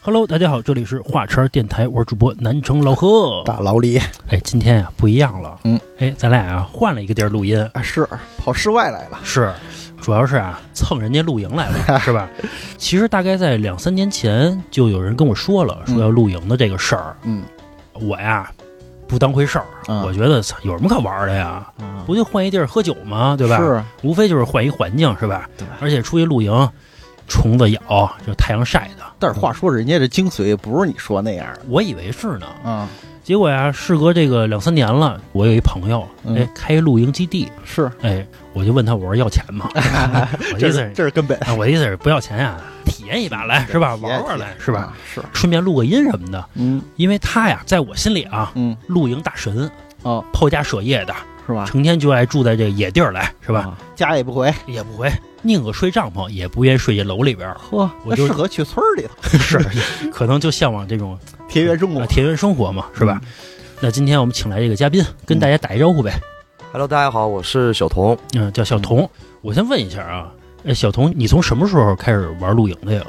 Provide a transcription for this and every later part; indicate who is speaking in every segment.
Speaker 1: Hello，大家好，这里是画圈电台，我是主播南城老贺。
Speaker 2: 大老李
Speaker 1: 哎，今天呀、不一样了，
Speaker 2: 嗯，
Speaker 1: 哎，咱俩啊换了一个地儿录音，
Speaker 2: 啊，是跑室外来了，
Speaker 1: 是，主要是啊蹭人家露营来 了，是吧？其实大概在两三年前就有人跟我说了，说要露营的这个事儿，
Speaker 2: 嗯，
Speaker 1: 我呀不当回事儿，
Speaker 2: 嗯
Speaker 1: 我觉得操有什么可玩的呀？不就换一地儿喝酒吗？对吧？
Speaker 2: 是
Speaker 1: 无非就是换一环境，是吧？
Speaker 2: 对
Speaker 1: 而且出去露营，虫子咬，就太阳晒的。
Speaker 2: 但是话说，人家这精髓不是你说那样
Speaker 1: 我以为是呢，
Speaker 2: 的啊，
Speaker 1: 结果呀，事隔这个两三年了，我有一朋友，
Speaker 2: 嗯
Speaker 1: 哎，开露营基地，
Speaker 2: 是
Speaker 1: 哎，我就问他，我说要钱 吗？我的
Speaker 2: 这
Speaker 1: 意思
Speaker 2: 是
Speaker 1: 是，
Speaker 2: 这是根本
Speaker 1: 啊我的意思是不要钱呀，体验一把来是吧？玩玩来是吧？？
Speaker 2: 啊是，
Speaker 1: 顺便录个音什么的，
Speaker 2: 嗯
Speaker 1: 因为他呀，在我心里啊，
Speaker 2: 嗯
Speaker 1: 露营大神，
Speaker 2: 哦，啊
Speaker 1: 抛家舍业的，
Speaker 2: 是吧？
Speaker 1: 成天就爱住在这个野地儿来是
Speaker 2: 是
Speaker 1: 吧？？
Speaker 2: 家也不回，
Speaker 1: 也不回，宁可睡帐篷，也不愿意睡一楼里 边儿，
Speaker 2: 呵，
Speaker 1: 我
Speaker 2: 那
Speaker 1: 就
Speaker 2: 适合去村儿里头
Speaker 1: 是，可能就向往这种
Speaker 2: 田园生活
Speaker 1: 呃，田园生活嘛，是吧？那今天我们请来这个嘉宾，跟
Speaker 2: 嗯
Speaker 1: 大家打一招呼呗。
Speaker 3: Hello，大家好，我是小童。
Speaker 1: 嗯，叫小童。我先问一下啊，哎，小童，你从什么时候开始玩露营的呀？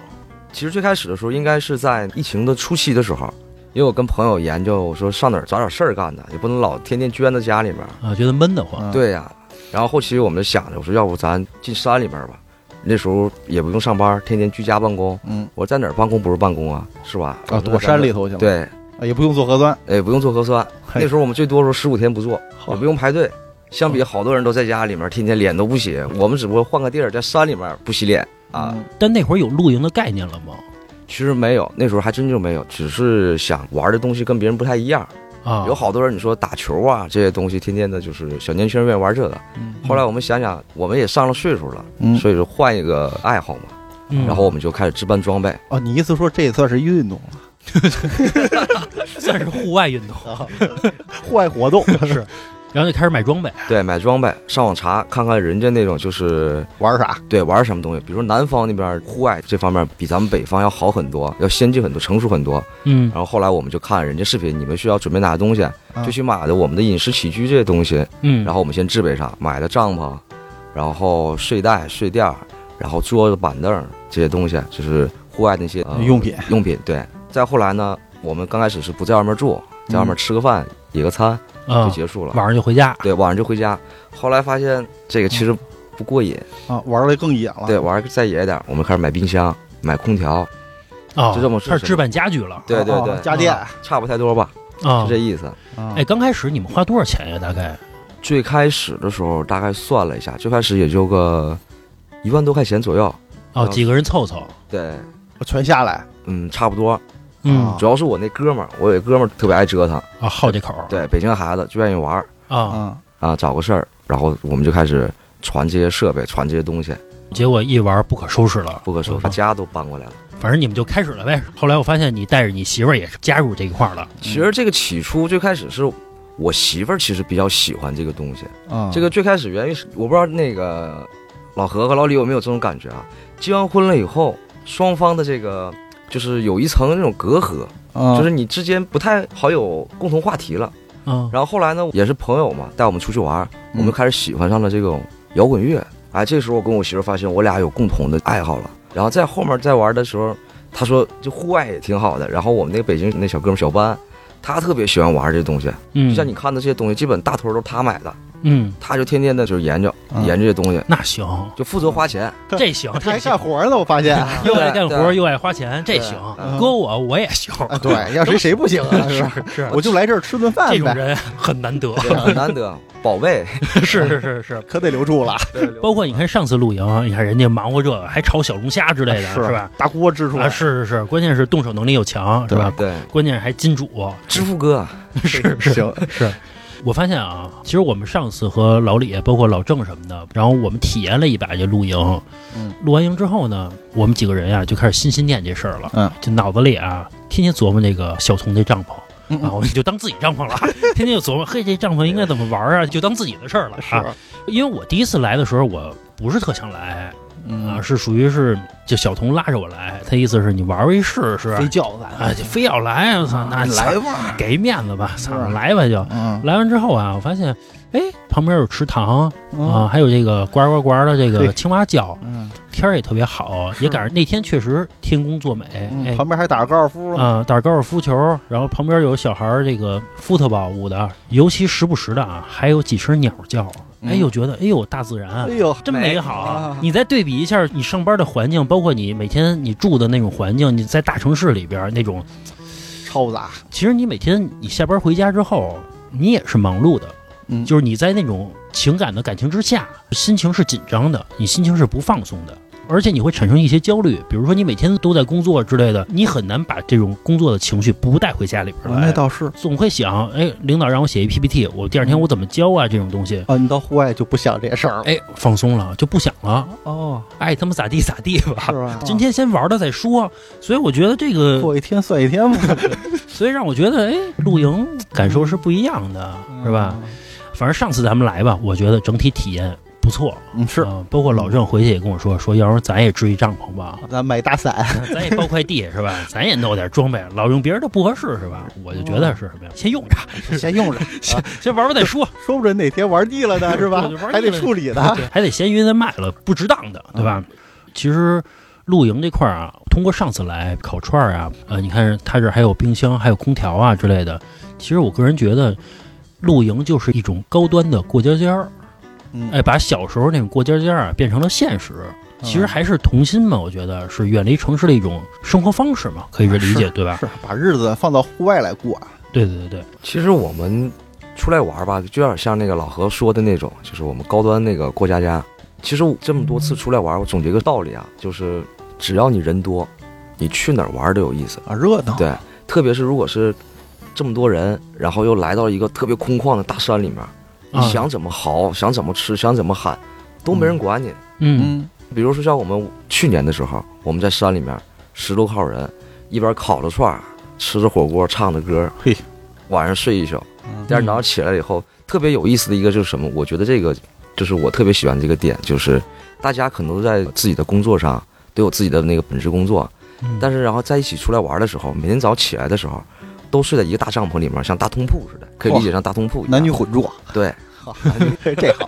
Speaker 3: 其实最开始的时候，应该是在疫情的初期的时候，因为我跟朋友研究，我说上哪儿找点事儿干呢，也不能老天天圈在家里面。
Speaker 1: 啊，觉得闷得慌。
Speaker 2: 嗯
Speaker 3: 对呀、然后后期我们就想着，我说要不咱进山里面吧。那时候也不用上班，天天居家办公。
Speaker 2: 嗯
Speaker 3: 我在哪儿办公不是办公啊，是吧？
Speaker 2: 啊，躲山里。头去了，
Speaker 3: 对，
Speaker 2: 啊，也不用做核酸，
Speaker 3: 哎，不用做核酸。
Speaker 2: 嘿
Speaker 3: 那时候我们最多的时候十五天不做，也不用排队。相比好多人都在家里面，天天脸都不洗，我们只不过换个地儿，在山里面不洗脸啊。
Speaker 2: 嗯
Speaker 1: 但那会儿有露营的概念了吗？
Speaker 3: 其实没有，那时候还真就没有，只是想玩的东西跟别人不太一样。
Speaker 1: 啊，
Speaker 3: 有好多人你说打球啊这些东西，天天的就是小年轻人愿意玩这个。
Speaker 2: 嗯
Speaker 3: 后来我们想想，我们也上了岁数了，
Speaker 2: 嗯，
Speaker 3: 所以说换一个爱好嘛。
Speaker 1: 嗯，
Speaker 3: 然后我们就开始置办装备，
Speaker 2: 哦，你意思说这也算是一运动了
Speaker 1: 算是户外 运动，
Speaker 2: 啊，户外活动
Speaker 1: 是。 然后就开始买装备，
Speaker 3: 对，买装备，上网查看看人家那种就是
Speaker 2: 玩啥？
Speaker 3: 对玩什么东西，比如说南方那边户外这方面比咱们北方要好很多，要先进很多，成熟很多。
Speaker 1: 嗯
Speaker 3: 然，后后来我们就看人家视频，你们需要准备哪些东西，啊就去买的我们的饮食起居这些东西，
Speaker 1: 嗯，
Speaker 3: 然后我们先制备上，买的帐篷，然后睡袋、睡垫儿，然后桌子、板凳儿这些东西，就是户外那些、呃
Speaker 2: 用品
Speaker 3: 用品。对，再后来呢，我们刚开始是不在外面住，在外面吃个饭、野个餐就
Speaker 1: 啊，
Speaker 3: 结束了。
Speaker 1: 晚上就回家，
Speaker 3: 对，晚上就回家。后来发现这个其实不过瘾，
Speaker 2: 啊，玩的更野了，
Speaker 3: 对，玩儿再野一点儿，我们开始买冰箱、买空调，
Speaker 1: 啊，
Speaker 3: 就这么说
Speaker 1: 开始置办家具了，
Speaker 3: 对对
Speaker 2: 哦
Speaker 3: 对嗯
Speaker 2: 家电
Speaker 3: 差不太多吧，
Speaker 1: 啊
Speaker 3: 就，这意思。
Speaker 2: 啊
Speaker 1: 哎，，刚开始你们花多少钱呀？大概
Speaker 3: 最开始的时候大概算了一下，最开始也就个一万多块钱左右。
Speaker 1: 哦，
Speaker 3: 嗯
Speaker 1: 几个人凑凑，
Speaker 3: 对，
Speaker 2: 我全下来，
Speaker 3: 嗯，差不多。
Speaker 1: 嗯
Speaker 2: 啊，
Speaker 3: 主要是我那哥们儿，我有一哥们儿特别爱折腾，
Speaker 1: 啊，好这口儿，
Speaker 3: 对，北京孩子就愿意玩儿
Speaker 1: 啊，
Speaker 2: 嗯，
Speaker 3: 啊，找个事儿，然后我们就开始传这些设备，传这些东西，
Speaker 1: 结果一玩不可收拾了，
Speaker 3: 不可说，
Speaker 1: 嗯
Speaker 3: 把家都搬过来了。
Speaker 1: 反正你们就开始了呗。后来我发现你带着你媳妇儿也是加入这一块儿了，
Speaker 3: 其实这个起初最开始是我媳妇儿，其实比较喜欢这个东西。
Speaker 1: 啊
Speaker 2: 嗯
Speaker 3: 这个最开始源于是我不知道那个老何和老李有没有这种感觉啊？结完婚了以后，双方的这个就是有一层那种隔阂，
Speaker 1: 啊
Speaker 2: 就
Speaker 3: 就是你之间不太好有共同话题了。
Speaker 1: 嗯，
Speaker 3: 然后后来呢，也是朋友嘛，带我们出去玩儿，
Speaker 2: 嗯
Speaker 3: 我们开始喜欢上了这种摇滚乐。哎，这时候我跟我媳妇发现我俩有共同的爱好了。然后在后面再玩的时候，她说这户外也挺好的。然后我们那个北京那小哥们小班，他特别喜欢玩这东西，
Speaker 1: 嗯，
Speaker 3: 就像你看的这些东西，基本大头都是他买的，
Speaker 1: 嗯，
Speaker 3: 他就天天的就是研究
Speaker 2: 嗯
Speaker 1: 啊
Speaker 3: 研究这东西，
Speaker 1: 那行，
Speaker 3: 就负责花钱。
Speaker 1: 这行，
Speaker 2: 他
Speaker 1: 这
Speaker 2: 还
Speaker 1: 行，
Speaker 2: 干活呢，我发现。
Speaker 1: 又爱干活
Speaker 3: 对
Speaker 1: 又爱花钱，这
Speaker 3: 对
Speaker 1: 行
Speaker 3: 嗯，
Speaker 1: 搁我我也行，
Speaker 2: 啊，对，要谁谁不行啊？是吧？
Speaker 1: 是是，
Speaker 2: 我就来这儿吃顿饭
Speaker 1: 这种
Speaker 2: 呗，
Speaker 1: 人很难得，
Speaker 3: 对很难得，宝贝，
Speaker 1: 是是是是。
Speaker 2: 可得留住了，
Speaker 1: 包括你看上次露营，你看人家忙活这个，还炒小龙虾之
Speaker 2: 啊
Speaker 1: 类的，是吧？？
Speaker 2: 大锅支出
Speaker 1: 啊，是是是，关键是动手能力又强，是
Speaker 2: 对
Speaker 1: 吧？
Speaker 3: 对，
Speaker 1: 关键是还金主，
Speaker 3: 支付哥，
Speaker 1: 是是
Speaker 2: 行，
Speaker 1: 是，我发现啊，其实我们上次和老李，包括老郑什么的，然后我们体验了一把这露营。
Speaker 2: 嗯，
Speaker 1: 露完营之后呢，我们几个人呀、就开始心心念这事儿了。
Speaker 2: 嗯，
Speaker 1: 就脑子里啊，天天琢磨这个小童这帐篷。
Speaker 2: 嗯
Speaker 1: 啊，我们就当自己帐篷 了，天天就琢磨，嘿，这帐篷应该怎么玩啊？就当自己的事儿了
Speaker 2: 是
Speaker 1: 啊。因为我第一次来的时候，我不是特想来啊，
Speaker 2: 嗯，
Speaker 1: 是属于是就小童拉着我来，他意思是你玩玩一试试
Speaker 2: 非叫咱
Speaker 1: 啊，就非要来，我操，那
Speaker 2: 来吧，
Speaker 1: 给面子吧，操，
Speaker 2: 是
Speaker 1: 来吧就。
Speaker 2: 嗯
Speaker 1: 来完之后啊，我发现，哎，旁边有池塘啊，
Speaker 2: 嗯
Speaker 1: 还有这个呱呱呱的这个
Speaker 2: 对
Speaker 1: 青蛙叫，
Speaker 2: 嗯，
Speaker 1: 天儿也特别好，也 赶上那天确实天公作美，哎
Speaker 2: 嗯，旁边还打着高尔夫，
Speaker 1: 啊、打高尔夫球，然后旁边有小孩儿这个 football 舞的，尤其时不时的啊，还有几声鸟叫，哎呦，觉得哎呦大自然
Speaker 2: 嗯哎。呦，
Speaker 1: 真美好
Speaker 2: 啊
Speaker 1: 你再对比一下你上班的环境，包括你每天你住的那种环境，你在大城市里边儿那种，
Speaker 2: 嘈杂，
Speaker 1: 其实你每天你下班回家之后，你也是忙碌的，
Speaker 2: 嗯
Speaker 1: 就是你在那种情感的感情之下，心情是紧张的，你心情是不放松的，而且你会产生一些焦虑，比如说你每天都在工作之类的，你很难把这种工作的情绪不带回家里边
Speaker 2: 哦那
Speaker 1: 来。
Speaker 2: 倒是
Speaker 1: 总会想，哎，领导让我写一 PPT，我第二天我怎么交啊？这种东西，
Speaker 2: 啊，你到户外就不想这些事儿了，
Speaker 1: 哎，放松了就不想了，
Speaker 2: 哦，
Speaker 1: 爱他妈咋地咋地吧
Speaker 2: 是。啊吧？
Speaker 1: 哎今天先玩了再说，所以我觉得这个
Speaker 2: 过一天算一天嘛，
Speaker 1: 所以让我觉得，哎，露营感受是不一样的， 是吧？？反正上次咱们来吧，我觉得整体体验不错，
Speaker 2: 嗯，是，
Speaker 1: 啊包括老郑回去也跟我说，说要不然咱也支一帐篷 吧，
Speaker 2: 咱买大伞，
Speaker 1: 咱也包块地是吧？咱也弄点装备，老用别人的不合适是吧？我就觉得是什么呀，先用着，
Speaker 2: 先用着，
Speaker 1: 先先玩玩再说，
Speaker 2: 说不准哪天玩腻了呢，是吧
Speaker 1: 对玩腻？了
Speaker 2: 还得处理呢。
Speaker 1: 还得闲鱼再卖了，不值当的，对
Speaker 3: 嗯
Speaker 1: 吧？其实露营这块儿啊，通过上次来烤串儿啊，呃，你看它这还有冰箱、还有空调啊之类的。其实我个人觉得，露营就是一种高端的过家家儿，
Speaker 2: 嗯
Speaker 1: 哎，把小时候那种过家家儿啊变成了现实。其
Speaker 3: 嗯
Speaker 1: 实还是童心嘛，我觉得是远离城市的一种生活方式嘛，可以这理解对吧？
Speaker 2: 是把日子放到户外来过，啊
Speaker 1: 对对对对，
Speaker 3: 其实我们出来玩吧，就有点像那个老何说的那种，就是我们高端那个过家家。其实我这么多次出来玩，我总结一个道理啊，就是只要你人多，你去哪儿玩都有意思。
Speaker 2: 啊，热闹。
Speaker 3: 对，特别是如果是这么多人，然后又来到一个特别空旷的大山里面，你
Speaker 1: 啊
Speaker 3: 想怎么嚎，想怎么吃，想怎么喊，都没人管你。
Speaker 1: 嗯
Speaker 2: 嗯，
Speaker 3: 比如说像我们去年的时候，我们在山里面十多号人，一边烤着串儿，吃着火锅，唱着歌，
Speaker 2: 嘿，
Speaker 3: 晚上睡一宿，
Speaker 2: 嗯
Speaker 3: 第二天早上起来以后，特别有意思的一个就是什么？我觉得这个就是我特别喜欢的一个点，就是大家可能都在自己的工作上都有自己的那个本职工作，
Speaker 1: 嗯，
Speaker 3: 但是然后在一起出来玩的时候，每天早上起来的时候，都睡在一个大帐篷里面，像大通铺似的，可以理解像大通铺一样。
Speaker 2: 男女混住，
Speaker 3: 对，
Speaker 2: 好，这好，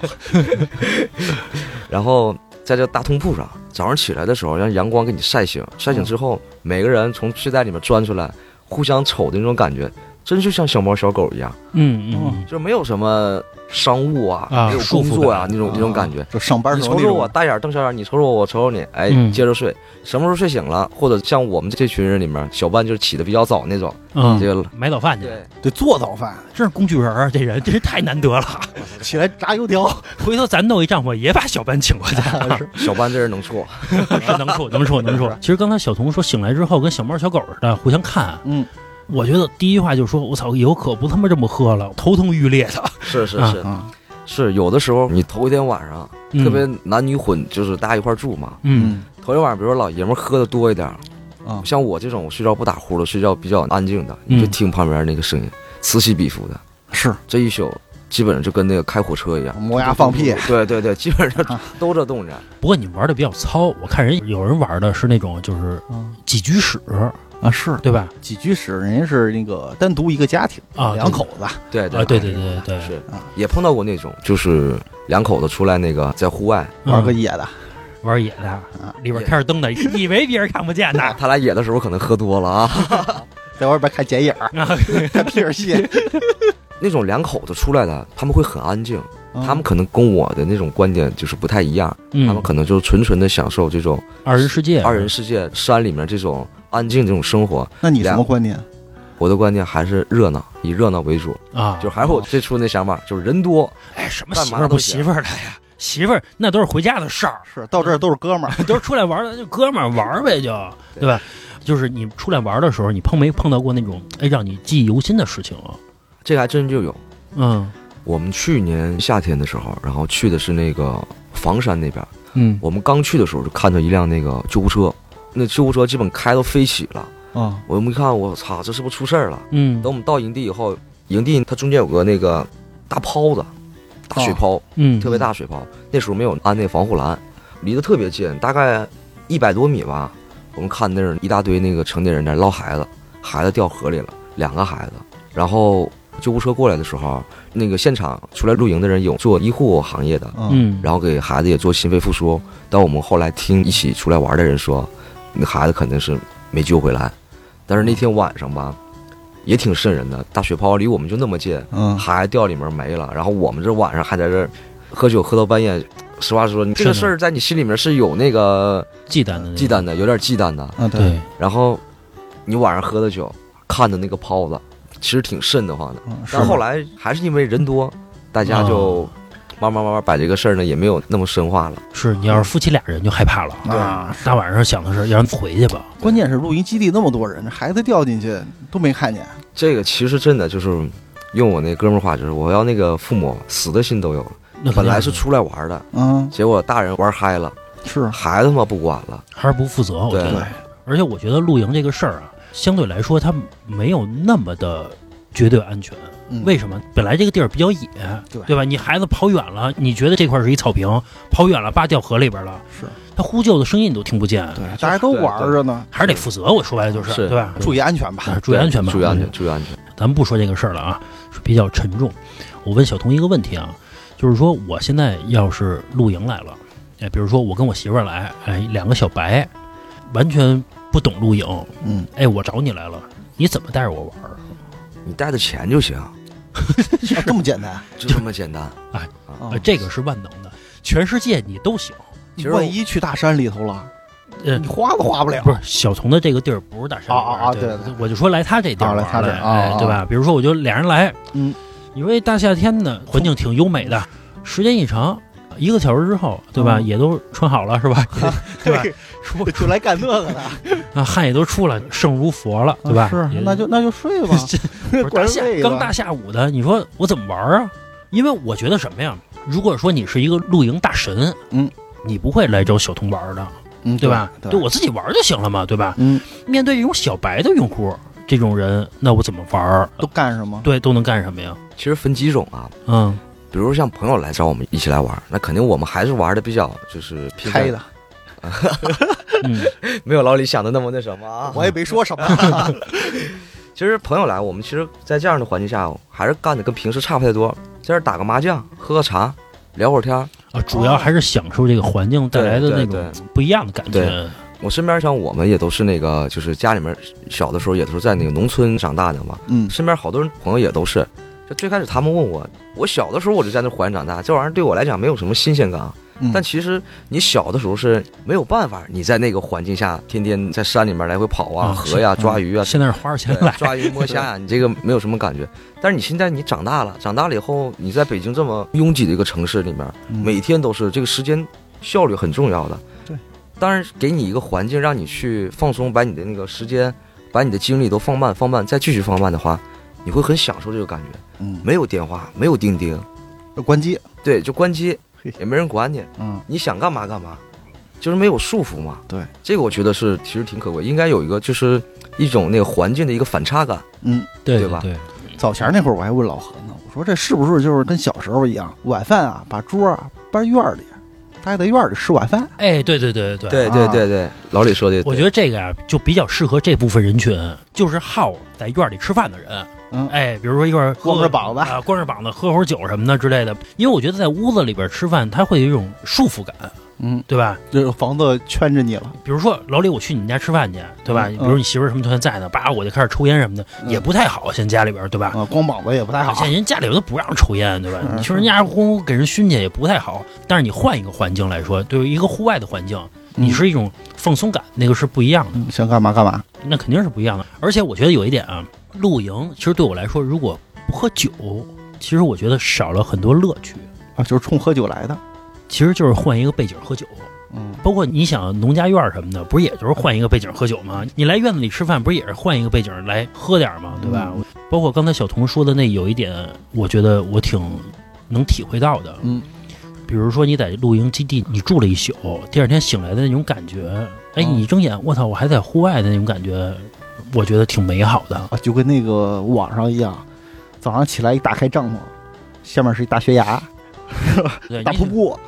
Speaker 3: 然后在这大通铺上，早上起来的时候让阳光给你晒醒，晒
Speaker 2: 嗯
Speaker 3: 醒之后，每个人从睡袋里面钻出来，互相瞅的那种感觉，真就像小猫小狗一样，
Speaker 1: 嗯嗯嗯，
Speaker 3: 就是没有什么商务啊，
Speaker 1: 啊
Speaker 3: 没有
Speaker 1: 束
Speaker 3: 工
Speaker 1: 缚
Speaker 3: 作啊
Speaker 1: 感
Speaker 3: 那种那种感觉。
Speaker 2: 就上班
Speaker 3: 啊你
Speaker 2: 时候
Speaker 3: 瞅
Speaker 2: 那
Speaker 3: 瞅
Speaker 2: 种
Speaker 3: 我大眼瞪小眼，你瞅瞅我，我瞅瞅你，哎，
Speaker 1: 嗯
Speaker 3: 接着睡。什么时候睡醒了，或者像我们这群人里面，小半就是起的比较早那种，
Speaker 1: 嗯
Speaker 3: 这个
Speaker 1: 买早饭去，
Speaker 3: 哦对，
Speaker 2: 得做早饭，
Speaker 1: 真是工具人儿啊，这人真是太难得了。
Speaker 2: 起来炸油 条，
Speaker 1: 回头咱弄一帐篷，也把小班请 过去。
Speaker 3: 小班这人能 处，
Speaker 1: 是能处，能处，能处。其实刚才小童说醒来之后跟小猫小狗似的互相看，
Speaker 2: 嗯，
Speaker 1: 我觉得第一话就说：“我操，以后可不他妈这么喝了，头疼欲裂的。
Speaker 3: 是是
Speaker 1: 啊
Speaker 3: 是
Speaker 2: 啊
Speaker 3: 是，有的时候你头一天晚上”特别
Speaker 1: 嗯
Speaker 3: 男女混，就是大家一块儿住嘛，
Speaker 1: 嗯
Speaker 3: 头一晚上比如说老爷们儿喝的多一点儿，
Speaker 2: 啊，
Speaker 3: 像我这种睡觉不打呼噜，睡觉比较安静的，你就
Speaker 1: 嗯
Speaker 3: 听旁边那个声音，此起彼伏的，
Speaker 2: 是
Speaker 3: 这一宿基本上就跟那个开火车一样。
Speaker 2: 磨牙放屁，啊
Speaker 3: 对对对，基本上都这动静。
Speaker 1: 不过你玩的比较糙，我看人有人玩的是那种就是
Speaker 3: 嗯
Speaker 1: 几居室，
Speaker 2: 啊是
Speaker 1: 对吧？
Speaker 2: 几居室，人家是那个单独一个家庭
Speaker 1: 啊
Speaker 2: 两口子，
Speaker 3: 对
Speaker 1: 啊，对对对对对，
Speaker 3: 是
Speaker 2: 啊
Speaker 3: 也碰到过那种，就是两口子出来那个在户外，
Speaker 1: 嗯
Speaker 2: 玩个野的，
Speaker 1: 玩野的，
Speaker 3: 啊
Speaker 1: 里边开着灯的， 以为别人看不见呢。
Speaker 3: 他俩野的时候可能喝多了啊，
Speaker 2: 在外边看剪影儿，
Speaker 1: 啊
Speaker 2: 看皮 尔戏，嗯
Speaker 3: 那种两口子出来的，他们会很安静，他们
Speaker 2: 嗯
Speaker 3: 可能跟我的那种观点就是不太一样，他们
Speaker 1: 嗯，啊
Speaker 3: 可能就纯纯的享受这种
Speaker 1: 二人世界，
Speaker 3: 二人世界山里面这种安静这种生活。
Speaker 2: 那你什
Speaker 3: 两
Speaker 2: 么观念？
Speaker 3: 我的观念还是热闹，以热闹为主。
Speaker 1: 啊，
Speaker 3: 就还是我最初那想法，就是人多，
Speaker 1: 哎，什么媳妇儿不媳妇儿的呀？媳妇儿那都是回家的事儿，
Speaker 2: 是到这儿都是哥们儿，
Speaker 1: 都是出来玩的，就哥们儿玩儿呗，就对吧？就是你出来玩的时候，你碰没碰到过那种哎让你记忆犹新的事情啊？
Speaker 3: 这还真就有。
Speaker 1: 嗯
Speaker 3: 我们去年夏天的时候，然后去的是那个房山那边。
Speaker 1: 嗯
Speaker 3: 我们刚去的时候就看到一辆那个救护车，那救护车基本开都飞起了。
Speaker 2: 啊
Speaker 3: 我们一看，我操，这是不是出事儿了？
Speaker 1: 嗯
Speaker 3: 等我们到营地以后，营地它中间有个那个大泡子，大
Speaker 2: 哦
Speaker 3: 水泡，
Speaker 1: 嗯，
Speaker 3: 特别大水泡。那时候没有安那防护栏，离得特别近，大概一百多米吧。我们看那儿一大堆那个成年人在捞孩子，孩子掉河里了，两个孩子。然后救护车过来的时候，那个现场出来露营的人有做医护行业的，
Speaker 2: 嗯，
Speaker 1: 嗯，
Speaker 3: 然后给孩子也做心肺复苏。但我们后来听一起出来玩的人说，那孩子肯定是没救回来。但是那天晚上吧，也挺瘆人的，大雪泡离我们就那么近，
Speaker 2: 嗯，
Speaker 3: 孩子掉里面没了，然后我们这晚上还在这儿喝酒喝到半夜。实话说，你这个事儿在你心里面是有那个
Speaker 1: 忌惮的那
Speaker 3: 忌
Speaker 1: 种
Speaker 3: 惮的，有点忌
Speaker 1: 嗯
Speaker 3: 惮的。
Speaker 2: 啊，对，
Speaker 1: 对，
Speaker 3: 然后你晚上喝的酒，看的那个泡子，其实挺瘆得慌的。
Speaker 2: 嗯，是
Speaker 3: 但后来还是因为人多，大家
Speaker 1: 啊
Speaker 3: 就慢慢慢慢把这个事儿呢也没有那么深化了。
Speaker 1: 是你要是夫妻俩人就害怕了
Speaker 2: 对
Speaker 1: 啊，大晚上想的是要让回去吧，
Speaker 2: 关键是露营基地那么多人，孩子掉进去都没看见，
Speaker 3: 这个其实真的就是用我那哥们儿话，就是我要那个父母死的心都有了。
Speaker 1: 那肯定啊
Speaker 3: 本来是出来玩的，
Speaker 2: 嗯，
Speaker 3: 结果大人玩嗨了，
Speaker 2: 是，
Speaker 3: 孩子嘛不管了。
Speaker 1: 还是不负责，我觉
Speaker 3: 对
Speaker 1: 得。而且我觉得露营这个事儿啊，相对来说它没有那么的绝对安全。
Speaker 2: 嗯
Speaker 1: 为什么？本来这个地儿比较野，
Speaker 2: 对
Speaker 1: 吧？你孩子跑远了，你觉得这块儿是一草坪，跑远了，叭掉河里边了，
Speaker 2: 是
Speaker 1: 他呼救的声音你都听不见，
Speaker 2: 对，大家都玩着呢，
Speaker 1: 还是得负责。我说白了就是，
Speaker 3: 是
Speaker 1: 对吧？
Speaker 2: 注意安全吧。
Speaker 1: 啊注意安全吧，
Speaker 3: 注意安全，。注意安全。
Speaker 1: 咱们不说这个事儿了啊，是比较沉重。我问小童一个问题啊，就是说我现在要是露营来了，哎，比如说我跟我媳妇儿来，哎，两个小白，完全不懂露营，
Speaker 2: 嗯，
Speaker 1: 哎，我找你来了，你怎么带着我玩儿？
Speaker 3: 你带着钱就行，
Speaker 2: 啊这么简 单，
Speaker 3: 就这么简单。
Speaker 2: 哦
Speaker 1: 呃这个是万能的，全世界你都行。
Speaker 2: 你
Speaker 3: 其实
Speaker 2: 万一去大山里头了，
Speaker 1: 呃
Speaker 2: 你花都花不了
Speaker 1: 不。是小童的这个地儿不是大山里边儿
Speaker 2: 啊啊啊
Speaker 1: 对
Speaker 2: 对对
Speaker 1: 我就说来他这地儿
Speaker 2: 啊
Speaker 1: 玩
Speaker 2: 来
Speaker 1: 儿
Speaker 2: 他这
Speaker 1: 来，
Speaker 2: 儿啊
Speaker 1: 哎
Speaker 2: 啊
Speaker 1: 对吧？比如说我就俩人来，
Speaker 2: 嗯，
Speaker 1: 你说哎大夏天的环境挺优美的，时间一长，一个小时之后，对吧？
Speaker 2: 嗯
Speaker 1: 也都穿好了是 吧？对吧？
Speaker 2: 说就来干这个的，
Speaker 1: 啊，汗也都出了，圣如佛了，对吧？
Speaker 2: 啊是
Speaker 1: 也，。
Speaker 2: 那就那就睡吧
Speaker 1: 这不是
Speaker 2: 管
Speaker 1: 大夏
Speaker 2: 这个
Speaker 1: 刚大下午的，你说我怎么玩儿啊？因为我觉得什么呀？如果说你是一个露营大神，
Speaker 2: 嗯，
Speaker 1: 你不会来找小童玩儿的，
Speaker 2: 嗯，
Speaker 1: 对吧？
Speaker 2: 对，
Speaker 1: 对我自己玩儿就行了嘛，对吧？
Speaker 2: 嗯，
Speaker 1: 面对这种小白的用户，这种人，那我怎么玩儿？
Speaker 2: 都干什么？
Speaker 1: 对，都能干什么呀？
Speaker 3: 其实分几种啊，
Speaker 1: 嗯，
Speaker 3: 比如像朋友来找我们一起来玩儿，那肯定我们还是玩的比较就是偏向
Speaker 2: 开，的，
Speaker 1: 嗯，
Speaker 3: 没有老李想的那么那什么啊。
Speaker 2: 我也没说什 么。
Speaker 3: 其实朋友来，我们其实，在这样的环境下，还是干的跟平时差不太多，在这儿打个麻将，喝个茶，聊会儿天儿。
Speaker 1: 啊，主要还是享受这个环境带来的那
Speaker 3: 对对
Speaker 1: 种不一样的感觉
Speaker 3: 对。我身边像我们也都是那个，就是家里面小的时候也都是在那个农村长大的嘛，
Speaker 2: 嗯，
Speaker 3: 身边好多人朋友也都是。就最开始他们问我，我小的时候我就在那环境长大，这玩意儿对我来讲没有什么新鲜感。啊
Speaker 2: 嗯
Speaker 3: 但其实你小的时候是没有办法，你在那个环境下，天天在山里面来回跑啊、
Speaker 1: 啊
Speaker 3: 河呀、抓鱼啊，
Speaker 1: 现在是花着钱
Speaker 3: 对
Speaker 1: 来，
Speaker 3: 抓鱼摸虾呀，你这个没有什么感觉。但是你现在你长大了，长大了以后，你在北京这么拥挤的一个城市里面，每天都是这个时间效率很重要的。
Speaker 2: 嗯对，
Speaker 3: 当然给你一个环境让你去放松，把你的那个时间，把你的精力都放慢、放慢，再继续放慢的话，你会很享受这个感觉。
Speaker 2: 嗯
Speaker 3: 没有电话，没有钉钉，
Speaker 2: 就关机。
Speaker 3: 对，就关机
Speaker 2: 嘿，
Speaker 3: 也没人管你。
Speaker 2: 嗯，
Speaker 3: 你想干嘛干嘛，就是没有束缚嘛。
Speaker 2: 对，
Speaker 3: 这个我觉得是其实挺可贵，应该有一个就是一种那个环境的一个反差感。
Speaker 2: 嗯，
Speaker 1: 对
Speaker 3: 对吧
Speaker 1: 对，
Speaker 2: 早前那会儿我还问老何呢，我说这是不是就是跟小时候一样，晚饭啊把桌啊搬院儿里，大家在院儿里吃晚饭。
Speaker 1: 哎，对对对对
Speaker 3: 对对对对，老李说的，
Speaker 1: 我觉得这个呀，就比较适合这部分人群，就是好在院里吃饭的人。
Speaker 2: 嗯
Speaker 1: 哎，比如说一块儿喝
Speaker 2: 光着膀子
Speaker 1: 啊，光着膀子喝会儿酒什么的之类的。因为我觉得在屋子里边吃饭，它会有一种束缚感，
Speaker 2: 嗯，
Speaker 1: 对吧？
Speaker 2: 这个房子圈着你了。
Speaker 1: 比如说老李，我去你们家吃饭去，对吧？
Speaker 2: 嗯嗯
Speaker 1: 比如你媳妇儿什么条件在呢，叭，我就开始抽烟什么的，
Speaker 2: 嗯
Speaker 1: 也不太好。现在家里边，对吧？
Speaker 2: 啊，光膀子也不太好。
Speaker 1: 现在人家里边都不让抽烟，对吧？
Speaker 2: 嗯
Speaker 1: 你去人家呼呼给人熏去也不太好。但是你换一个环境来说，对于一个户外的环境，你是一种放松感，那个是不一样的。
Speaker 2: 嗯想干嘛干嘛？
Speaker 1: 那肯定是不一样的。而且我觉得有一点啊，露营其实对我来说，如果不喝酒，其实我觉得少了很多乐趣。
Speaker 2: 啊，就是冲喝酒来的。
Speaker 1: 其实就是换一个背景喝酒，
Speaker 2: 嗯，
Speaker 1: 包括你想农家院儿什么的，不是也就是换一个背景喝酒吗？你来院子里吃饭，不是也是换一个背景来喝点儿吗？
Speaker 2: 嗯
Speaker 1: 对吧？包括刚才小童说的那有一点，我觉得我挺能体会到的。
Speaker 2: 嗯，
Speaker 1: 比如说你在露营基地你住了一宿，第二天醒来的那种感觉，哎，
Speaker 2: 嗯
Speaker 1: 你一睁眼，我操，我还在户外的那种感觉，我觉得挺美好 的。
Speaker 2: 啊，就跟那个网上一样，早上起来一打开帐篷，下面是一大悬崖、
Speaker 1: 对，
Speaker 2: 大
Speaker 1: 因
Speaker 2: 瀑
Speaker 1: 为
Speaker 2: 布。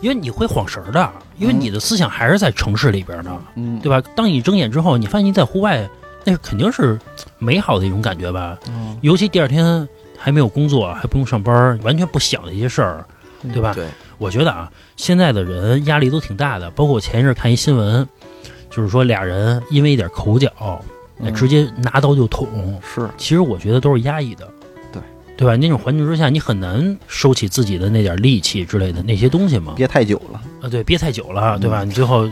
Speaker 1: 因为你会晃神儿的，因为
Speaker 2: 嗯
Speaker 1: 你的思想还是在城市里边呢，
Speaker 2: 嗯，
Speaker 1: 对吧？当你睁眼之后，你发现你在户外，那肯定是美好的一种感觉吧。
Speaker 2: 嗯
Speaker 1: 尤其第二天还没有工作，还不用上班，完全不想这些事儿，
Speaker 2: 嗯
Speaker 1: 对吧？
Speaker 3: 对，
Speaker 1: 我觉得啊，现在的人压力都挺大的，包括我前一阵看一新闻，就是说俩人因为一点口角，哎
Speaker 2: 嗯
Speaker 1: 直接拿刀就捅。
Speaker 2: 是
Speaker 1: 其实我觉得都是压抑的，
Speaker 2: 对
Speaker 1: 对吧？那种环境之下，你很难收起自己的那点戾气之类的那些东西嘛。
Speaker 2: 憋太久了。
Speaker 1: 啊，对，憋太久了，对吧？
Speaker 2: 嗯
Speaker 1: 你最后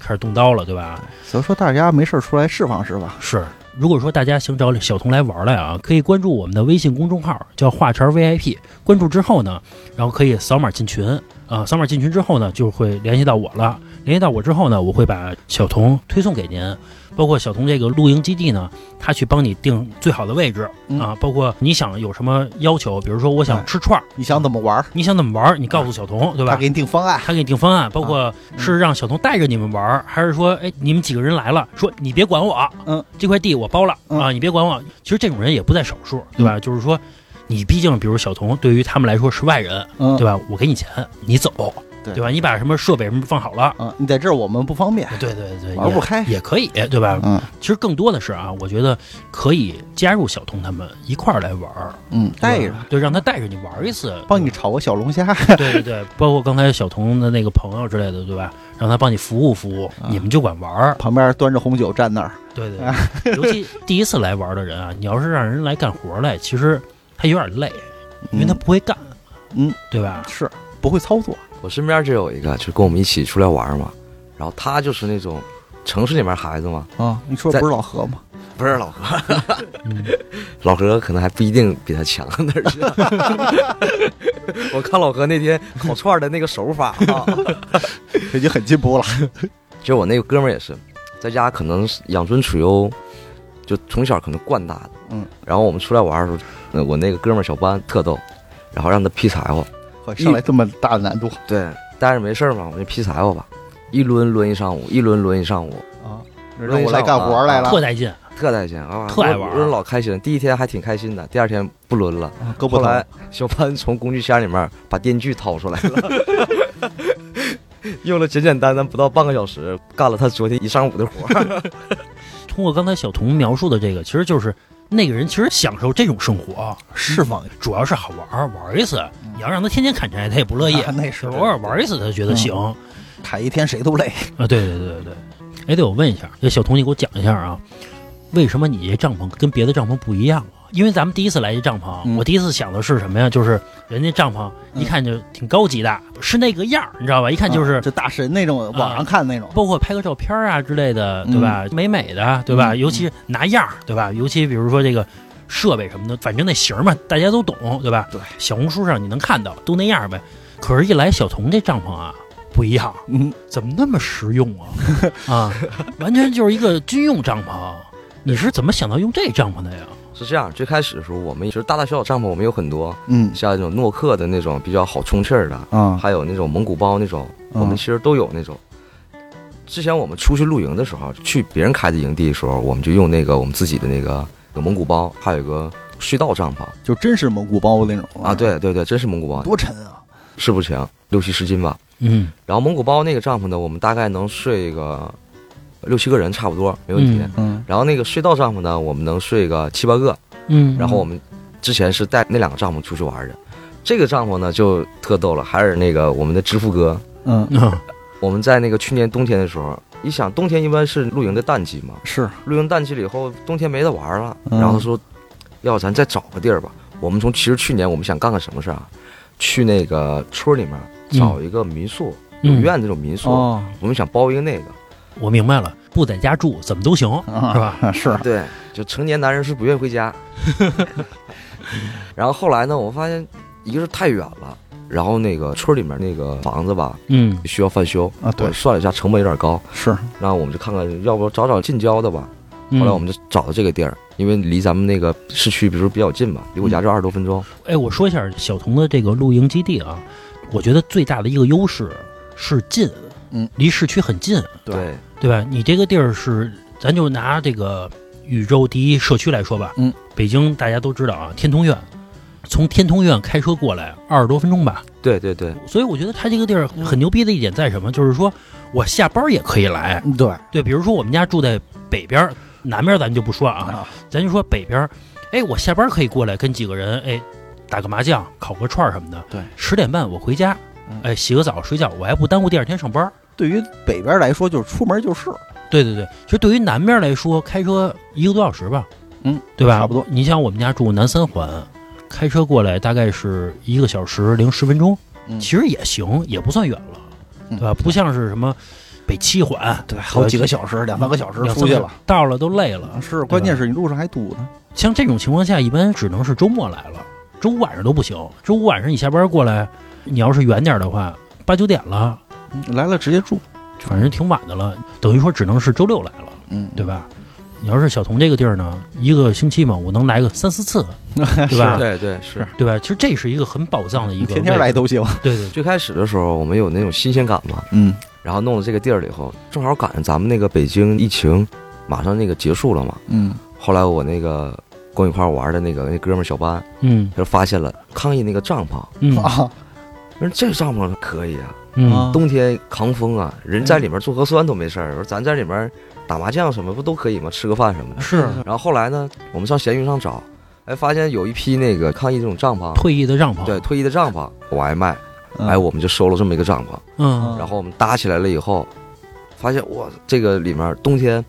Speaker 1: 开始动刀了，对吧？
Speaker 2: 所以说大家没事儿出来释放释放。
Speaker 1: 是。如果说大家想找小童来玩来啊，可以关注我们的微信公众号，叫“画茬 VIP”。关注之后呢，然后可以扫码进群啊、扫码进群之后呢，就会联系到我了。联系到我之后呢，我会把小童推送给您，包括小童这个露营基地呢，他去帮你定最好的位置
Speaker 2: 嗯
Speaker 1: 啊，包括你想有什么要求，比如说我想
Speaker 2: 哎
Speaker 1: 吃串儿，
Speaker 2: 你想怎么玩儿，
Speaker 1: 你想怎么玩儿，你告诉小童，对吧？
Speaker 2: 他给你定方案。
Speaker 1: 啊他给你定方
Speaker 2: 啊
Speaker 1: 案，包括
Speaker 2: 嗯
Speaker 1: 是让小童带着你们玩儿，还是说，哎，你们几个人来了，说你别管我，
Speaker 2: 嗯，
Speaker 1: 这块地我包了、
Speaker 2: 嗯
Speaker 1: 啊，你别管我。其实这种人也不在少数，对吧？就是说，你毕竟比如小童对于他们来说是外人，
Speaker 2: 嗯，
Speaker 1: 对吧？我给你钱，你走，
Speaker 2: 对
Speaker 1: 吧？你把什么设备什么放好了，
Speaker 2: 嗯，你在这儿我们不方便，
Speaker 1: 对对对，
Speaker 2: 玩不开
Speaker 1: 也也可以，哎对吧？
Speaker 2: 嗯
Speaker 1: 其实更多的是啊，我觉得可以加入小童他们一块儿来玩儿，
Speaker 2: 嗯，
Speaker 1: 对吧
Speaker 2: 带着，
Speaker 1: 对，让他带着你玩儿一次，
Speaker 2: 帮你炒个小龙虾。
Speaker 1: 对对对，包括刚才小童的那个朋友之类的，对吧？让他帮你服务服务，
Speaker 2: 啊
Speaker 1: 你们就管玩儿。
Speaker 2: 旁边端着红酒站那儿，
Speaker 1: 对对对， 尤其第一次来玩的人啊，你要是让人来干活来，其实他有点累，因为他不会干，
Speaker 2: 嗯，
Speaker 1: 对吧？
Speaker 2: 是不会操作，
Speaker 3: 我身边就有一个，就跟我们一起出来玩嘛，然后他就是那种城市里面孩子嘛，
Speaker 2: 啊，你说
Speaker 3: 在
Speaker 2: 不是老何吗？
Speaker 3: 不是老何，
Speaker 1: 嗯，
Speaker 3: 老何可能还不一定比他强哪儿 去。 我看老何那天烤串儿的那个手法啊，
Speaker 2: 已经很进 步了。
Speaker 3: 其实我那个哥们儿也是，在家可能是养尊处优，就从小可能惯大的。
Speaker 2: 嗯，
Speaker 3: 然后我们出来玩的时候，呃我那个哥们儿小班特逗，然后让他劈柴火，
Speaker 2: 我上来这么大的难度
Speaker 3: 对，待着没事儿嘛，我们就劈柴火吧，一抡抡一上午，一把抡一上午，
Speaker 2: 啊，让我来干活来了，
Speaker 1: 特带劲，
Speaker 3: 特带劲啊，
Speaker 1: 特爱玩儿
Speaker 3: 抡老开心。第一天还挺开心的，第二天不抡了。
Speaker 2: 啊胳膊
Speaker 3: 后来
Speaker 2: 疼，
Speaker 3: 小潘从工具箱里面把电锯掏出来了， 用了简简单单不到半个小时，干了他昨天一上午的活儿。
Speaker 1: 通过刚才小童描述的这个，其实就是那个人其实享受这种生活，
Speaker 2: 释放嗯
Speaker 1: 主要是好玩儿，玩儿一次。你要让他天天砍柴，他也不乐意。
Speaker 2: 啊那是
Speaker 1: 偶尔玩一次，他觉
Speaker 2: 嗯
Speaker 1: 得行、
Speaker 2: 砍一天谁都 累。
Speaker 1: 啊。对对对对对。哎，对，我问一下，这小童，你给我讲一下啊，为什么你这帐篷跟别的帐篷不一样啊？因为咱们第一次来这帐篷，啊
Speaker 2: 嗯
Speaker 1: 我第一次想的是什么呀？就是人家帐篷一看就挺高级的，是那个样儿，你知道吧？一看就是。
Speaker 2: 啊就大神那种，网上看那种，
Speaker 1: 包括拍个照片啊之类的，对吧？美美的，对吧？
Speaker 2: 嗯
Speaker 1: 尤其是拿样儿，对吧？尤其比如说这个设备什么的，反正那型儿嘛，大家都懂，对吧？
Speaker 2: 对，
Speaker 1: 小红书上你能看到，都那样儿呗。可是，一来小童这帐篷啊，不一样，
Speaker 2: 嗯，
Speaker 1: 怎么那么实用 啊？啊，嗯完全就是一个军用帐篷。啊你是怎么想到用这帐篷的呀？
Speaker 3: 是这样，最开始的时候我们其实大大小小帐篷我们有很多，
Speaker 2: 嗯
Speaker 3: 像那种诺克的那种比较好充气儿的，
Speaker 2: 啊，
Speaker 3: 还有那种蒙古包那种，我们
Speaker 2: 嗯
Speaker 3: 其实都有那种。之前我们出去露营的时候，去别人开的营地的时候，我们就用那个我们自己的那个蒙古包，还有一个隧道帐篷
Speaker 2: 就真是蒙古包那种
Speaker 3: 啊，，对对对，真是蒙古包，
Speaker 2: 多沉啊，
Speaker 3: 是不轻，六七十斤吧。
Speaker 1: 嗯
Speaker 3: 然后蒙古包那个帐篷呢，我们大概能睡个六七个人差不多，没问题。
Speaker 1: 嗯
Speaker 2: 嗯
Speaker 3: 然后那个隧道帐篷呢，我们能睡个七八个。
Speaker 1: 嗯，
Speaker 3: 然后我们之前是带那两个帐篷出去玩的，这个帐篷呢就特逗了，还是那个我们的支付哥。
Speaker 2: 嗯，
Speaker 1: 啊
Speaker 3: 我们在那个去年冬天的时候，你想冬天一般是露营的淡季嘛，
Speaker 2: 是
Speaker 3: 露营淡季了以后，冬天没得玩了，
Speaker 2: 嗯
Speaker 3: 然后他说，要不咱再找个地儿吧。我们从其实去年我们想干个什么事儿啊？去那个村里面找一个民宿，有
Speaker 1: 嗯，
Speaker 3: 院子那种民宿，
Speaker 2: 嗯哦
Speaker 3: 我们想包一个那个。
Speaker 1: 我明白了，不在家住怎么都行，是吧？
Speaker 2: 啊，是
Speaker 3: 对，就成年男人是不愿意回 家。然后后来呢，我发现一个是太远了，然后那个村里面那个房子吧
Speaker 1: 嗯
Speaker 3: 需要翻修，
Speaker 2: 啊，对
Speaker 3: 我，算了一下成本有点高，
Speaker 2: 是
Speaker 3: 那我们就看看，要不找找近郊的吧。
Speaker 1: 嗯
Speaker 3: 后来我们就找到这个地儿，因为离咱们那个市区，比如说比较近吧，离我家就二十多分钟。
Speaker 1: 哎，我说一下小童的这个露营基地啊，我觉得最大的一个优势是近，
Speaker 2: 嗯，
Speaker 1: 离市区很近，
Speaker 2: 对
Speaker 3: 对，
Speaker 1: 对吧？你这个地儿是，咱就拿这个宇宙第一社区来说吧，
Speaker 2: 嗯，
Speaker 1: 北京大家都知道啊，天通苑，从天通苑开车过来二十多分钟吧，
Speaker 3: 对对对，
Speaker 1: 所以我觉得它这个地儿
Speaker 2: 嗯
Speaker 1: 很牛逼的一点在什么，就是说我下班也可以来，
Speaker 2: 对
Speaker 1: 对，比如说我们家住在北边儿，南边儿咱们就不说啊，
Speaker 2: 啊，
Speaker 1: 咱就说北边儿，哎，我下班可以过来跟几个人，哎，打个麻将、烤个串儿什么的。
Speaker 2: 对，
Speaker 1: 十点半我回家
Speaker 2: 嗯，
Speaker 1: 哎，洗个澡睡觉，我还不耽误第二天上班。
Speaker 2: 对于北边来说，就是出门就是，
Speaker 1: 对对对，其实对于南面来说，开车一个多小时吧，
Speaker 2: 嗯，
Speaker 1: 对吧？
Speaker 2: 差不多。
Speaker 1: 你像我们家住南三环，开车过来大概是一个小时零十分钟，
Speaker 2: 嗯
Speaker 1: 其实也行，也不算远了，
Speaker 2: 嗯
Speaker 1: 对吧？不像是什么北七环，
Speaker 2: 对，好几个小时，两三个小时
Speaker 1: 两三
Speaker 2: 出去
Speaker 1: 个
Speaker 2: 了。，
Speaker 1: 到了都累了。
Speaker 2: 是，关键是你路上还堵呢。
Speaker 1: 像这种情况下，一般只能是周末来了，周五晚上都不行。周五晚上你下班过来，你要是远点的话，八九点了，
Speaker 2: 嗯来了直接住，
Speaker 1: 反正挺晚的了，等于说只能是周六来了，
Speaker 2: 嗯，
Speaker 1: 对吧？你要是小童这个地儿呢，一个星期嘛，我能来个三四次，对吧？
Speaker 3: 对对是。
Speaker 1: 对吧？其实这是一个很宝藏的一
Speaker 2: 你
Speaker 1: 个，
Speaker 2: 天天来。都行。
Speaker 1: 对对对，
Speaker 3: 最开始的时候，我们有那种新鲜感嘛，
Speaker 2: 嗯，
Speaker 3: 然后弄了这个地儿了以后，正好赶上咱们那个北京疫情马上那个结束了嘛。
Speaker 2: 嗯，
Speaker 3: 后来我那个跟我一块儿玩的那个那哥们儿小班，
Speaker 1: 嗯
Speaker 3: 他就发现了抗疫那个帐篷，
Speaker 1: 嗯
Speaker 2: 啊，
Speaker 3: 人这帐篷可以啊，
Speaker 1: 嗯，
Speaker 3: 冬天扛风啊，人在里面做核酸都没事儿。我说咱在里面打麻将什么不都可以吗？吃个饭什么的。
Speaker 1: 是
Speaker 3: 然后后来呢，我们上闲鱼上找，哎，发现有一批那个抗疫这种帐篷，
Speaker 1: 退役的帐篷，
Speaker 3: 对，退役的帐篷往外卖，
Speaker 2: 嗯
Speaker 3: 哎，我们就收了这么一个帐篷。
Speaker 1: 嗯
Speaker 3: 然后我们搭起来了以后，发现哇，这个里面冬天，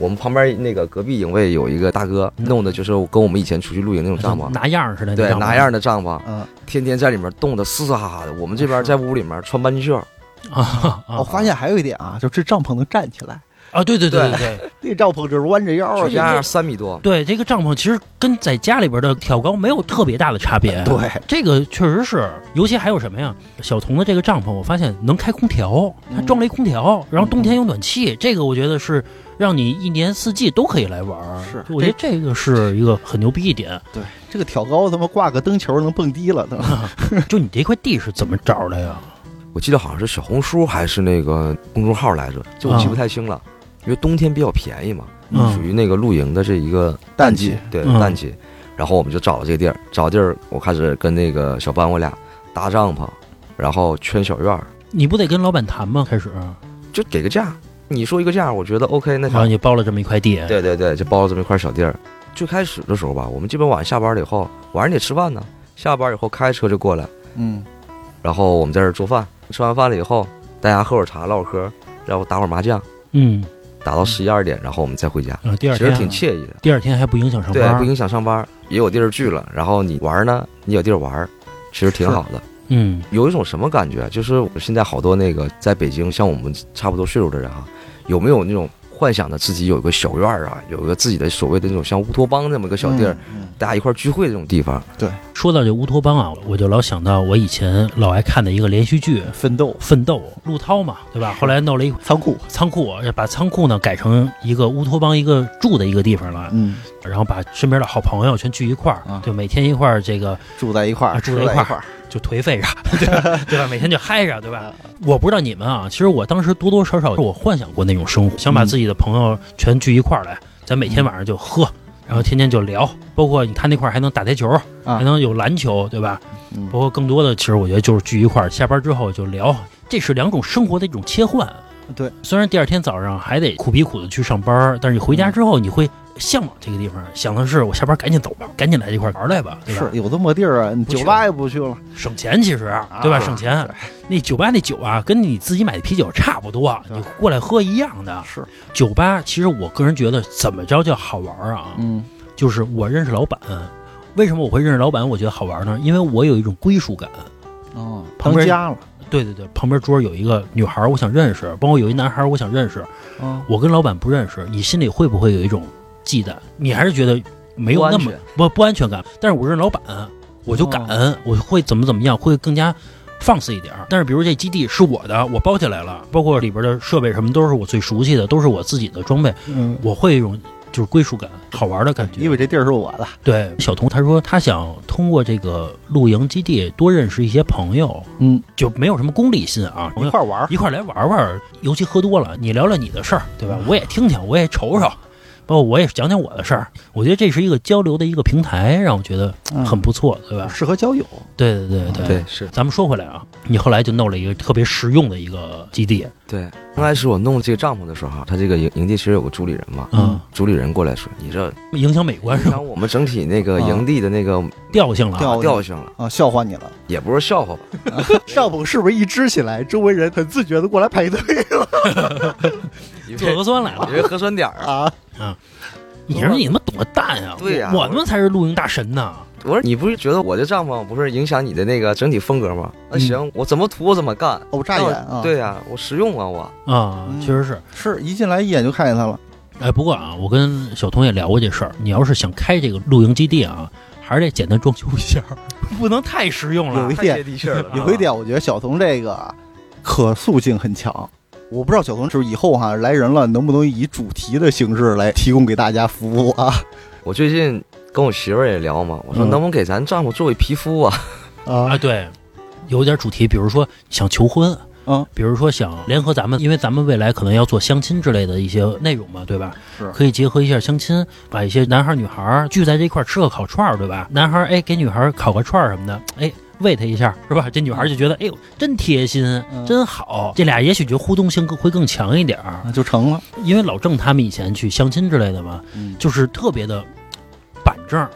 Speaker 3: 我们旁边那个隔壁营卫有一个大哥
Speaker 1: 嗯
Speaker 3: 弄的，就是跟我们以前出去露营那种帐篷，
Speaker 1: 拿样儿似的，
Speaker 3: 对，拿样的帐篷，
Speaker 2: 嗯，
Speaker 3: 天天在里面冻得嘶嘶哈哈的。我们这边
Speaker 2: 是
Speaker 3: 在屋里面穿半截袖儿，
Speaker 1: 啊
Speaker 2: 我发现还有一点啊，就这帐篷能站起来，
Speaker 1: 啊！对对对对 对
Speaker 2: 那帐篷就是弯着腰
Speaker 3: 这
Speaker 2: 儿
Speaker 1: 是
Speaker 2: 的。
Speaker 3: 样三米多，
Speaker 1: 对，这个帐篷其实跟在家里边的挑高没有特别大的差别。
Speaker 2: 对，
Speaker 1: 这个确实是，尤其还有什么呀？小童的这个帐篷，我发现能开空调，
Speaker 2: 嗯
Speaker 1: 它装了一空调，然后冬天有暖
Speaker 3: 嗯
Speaker 1: 气，这个我觉得是让你一年四季都可以来玩儿。
Speaker 2: 是
Speaker 1: 我觉得这个是一个很牛逼一 点。
Speaker 2: 这个挑高他妈挂个灯球能蹦迪了，都嗯
Speaker 1: 就你这块地是怎么找的呀？
Speaker 3: 我记得好像是小红书还是那个公众号来着，这我记不太清了。因为冬天比较便宜嘛，
Speaker 1: 啊嗯
Speaker 3: 属于那个露营的这一个
Speaker 2: 淡季，
Speaker 3: 对
Speaker 1: 嗯
Speaker 3: 淡季。然后我们就找了这个地儿，找地儿，我开始跟那个小班我俩搭帐篷，然后圈小院儿，
Speaker 1: 你不得跟老板谈吗？开始，
Speaker 3: 就给个价，你说一个价，我觉得 OK，那
Speaker 1: 然后
Speaker 3: 啥，
Speaker 1: 你包了这么一块地，
Speaker 3: 对对对，就包了这么一块小地儿。最开始的时候吧，我们基本晚上下班了以后，晚上得吃饭呢，下班以后开车就过来，
Speaker 2: 嗯，
Speaker 3: 然后我们在这儿做饭，吃完饭了以后，大家喝会儿茶，唠会儿嗑，然后打会儿麻将，
Speaker 1: 嗯，
Speaker 3: 打到十一二点，然后我们再回家，
Speaker 1: 然后第二
Speaker 3: 其实
Speaker 1: 天
Speaker 3: 挺惬意的。
Speaker 1: 第二天还不影响上
Speaker 3: 对，不
Speaker 1: 班，
Speaker 3: 影响上班，也有地儿聚了。然后你玩呢，你有地儿玩，其实挺好的。
Speaker 1: 嗯
Speaker 3: 有一种什么感觉？啊就是我现在好多那个在北京，像我们差不多岁数的人哈，有没有那种幻想着自己有一个小院儿啊，有一个自己的所谓的那种像乌托邦那么一个小地儿，
Speaker 2: 嗯，
Speaker 3: 大家一块儿聚会这种地方？
Speaker 1: 说到这乌托邦啊，我就老想到我以前老爱看的一个连续剧《
Speaker 2: 嗯奋斗
Speaker 1: 奋斗》，陆涛嘛，对吧？后来弄了一
Speaker 2: 仓库，
Speaker 1: 仓库，把仓库呢改成一个乌托邦一个住的一个地方了，
Speaker 2: 嗯，
Speaker 1: 然后把身边的好朋友全聚一块儿，
Speaker 2: 啊
Speaker 1: 就每天一块儿这个
Speaker 2: 住在一块
Speaker 1: 啊
Speaker 2: 儿，
Speaker 1: 住
Speaker 2: 吃
Speaker 1: 在
Speaker 2: 在
Speaker 1: 一块儿
Speaker 2: 块儿，
Speaker 1: 就颓废着， 对 吧？对吧？每天就嗨着，对吧
Speaker 2: 啊？
Speaker 1: 我不知道你们啊，其实我当时多多少少我幻想过那种生活，想
Speaker 2: 嗯
Speaker 1: 把自己的朋友全聚一块儿来，咱每天晚上就喝，
Speaker 2: 嗯
Speaker 1: 然后天天就聊，包括他那块儿还能打台球，
Speaker 2: 啊
Speaker 1: 还能有篮球，对吧？
Speaker 2: 嗯
Speaker 1: 包括更多的，其实我觉得就是聚一块儿，下班之后就聊，这是两种生活的一种切换。
Speaker 2: 对，
Speaker 1: 虽然第二天早上还得苦逼苦的去上班儿，但是你回家之后，你会向往这个地方，想的是我下班赶紧走吧，赶紧来这块儿玩儿来吧，对吧？
Speaker 2: 是有这么个地儿啊，你
Speaker 1: 不去
Speaker 2: 酒吧也不去了，
Speaker 1: 省钱，其实啊对吧？省钱。那酒吧那酒啊，跟你自己买的啤酒差不多，啊
Speaker 2: 是
Speaker 1: 你过来喝一样的。
Speaker 2: 是，
Speaker 1: 酒吧其实我个人觉得怎么着叫好玩儿啊，
Speaker 2: 嗯
Speaker 1: 就是我认识老板。为什么我会认识老板？我觉得好玩呢，因为我有一种归属感。
Speaker 2: 哦，
Speaker 1: 旁
Speaker 2: 当
Speaker 1: 边
Speaker 2: 家了，
Speaker 1: 对对对，旁边桌有一个女孩儿，我想认识；包括有一男孩儿，我想认识。
Speaker 2: 嗯，
Speaker 1: 我跟老板不认识，你心里会不会有一种忌惮？你还是觉得没有
Speaker 3: 不安
Speaker 1: 那么
Speaker 3: 全哦
Speaker 1: 不不安全感？但是我认老板，我就敢，我会怎么怎么样，会更加放肆一点儿。但是比如这基地是我的，我包起来了，包括里边的设备什么都是我最熟悉的，都是我自己的装备，
Speaker 2: 嗯，
Speaker 1: 我会有一种就是归属感，好玩的感觉。
Speaker 2: 因为这地儿是我的，
Speaker 1: 对小童他说他想通过这个露营基地多认识一些朋友，
Speaker 2: 嗯，
Speaker 1: 就没有什么功利心啊，朋
Speaker 2: 一
Speaker 1: 友
Speaker 2: 块儿玩儿，
Speaker 1: 一块儿来玩玩，尤其喝多了，你聊聊你的事儿，对吧？我也听听，我也瞅瞅，包括我也是讲讲我的事儿。我觉得这是一个交流的一个平台，让我觉得
Speaker 2: 嗯
Speaker 1: 很不错，对吧？
Speaker 2: 适合交友。
Speaker 1: 对对对对。
Speaker 3: 对，是
Speaker 1: 咱们说回来啊，你后来就弄了一个特别实用的一个基地，
Speaker 3: 对。刚开始我弄这个帐篷的时候，他这个营营地其实有个主理人嘛，
Speaker 1: 嗯，
Speaker 3: 主理人过来说：“你这
Speaker 1: 影响美观
Speaker 3: 影
Speaker 1: 是吧？
Speaker 3: 响我们整体那个营地的那个
Speaker 1: 调性了啊，
Speaker 2: 调
Speaker 3: 调性了，
Speaker 2: 啊，笑话你了。
Speaker 3: 也不是笑话吧？
Speaker 2: 帐篷是不是一支起来，周围人很自觉的过来排队了
Speaker 3: 因
Speaker 1: 做
Speaker 3: 为
Speaker 1: 核酸来了
Speaker 3: 因。为核酸点儿。
Speaker 2: 啊？
Speaker 1: 你说你他妈懂个蛋啊！
Speaker 3: 对呀
Speaker 1: 我他妈才是露营大神呢。
Speaker 3: 我说你不是觉得我这帐篷不是影响你的那个整体风格吗？那
Speaker 1: 嗯
Speaker 3: 行，我怎么涂我怎么干。
Speaker 2: 哦，扎
Speaker 3: 那我
Speaker 2: 眼啊！，
Speaker 3: 对呀，我实用啊，我
Speaker 1: 啊，
Speaker 2: 嗯
Speaker 1: 确实是。
Speaker 2: 是一进来一眼就看见他了。
Speaker 1: 哎，不过啊，我跟小童也聊过这事儿。你要是想开这个露营基地啊，还是得简单装修一下，不能太实用
Speaker 2: 有
Speaker 1: 了
Speaker 2: 一。
Speaker 3: 啊太接地气儿了。啊
Speaker 2: 有一点，我觉得小童这个可塑性很强。我不知道小童就是以后哈、来人了，能不能以主题的形式来提供给大家服务啊？
Speaker 3: 我最近跟我媳妇儿也聊嘛，我说
Speaker 2: 嗯
Speaker 3: 能不能给咱帐篷做一皮肤啊？
Speaker 1: 啊，
Speaker 2: 啊，
Speaker 1: 对，有点主题，比如说想求婚，
Speaker 2: 嗯，
Speaker 1: 比如说想联合咱们，因为咱们未来可能要做相亲之类的一些内容嘛，对吧？
Speaker 2: 是
Speaker 1: 可以结合一下相亲，把一些男孩儿女孩儿聚在这块儿吃个烤串儿，对吧？男孩儿哎给女孩儿烤个串儿什么的，哎。喂他一下是吧？这女孩儿就觉得，哎呦，真贴心，
Speaker 2: 嗯
Speaker 1: 真好。这俩也许就互动性更会更强一点儿。
Speaker 2: 啊那就成了。
Speaker 1: 因为老郑他们以前去相亲之类的嘛，
Speaker 2: 嗯，
Speaker 1: 就是特别的板正，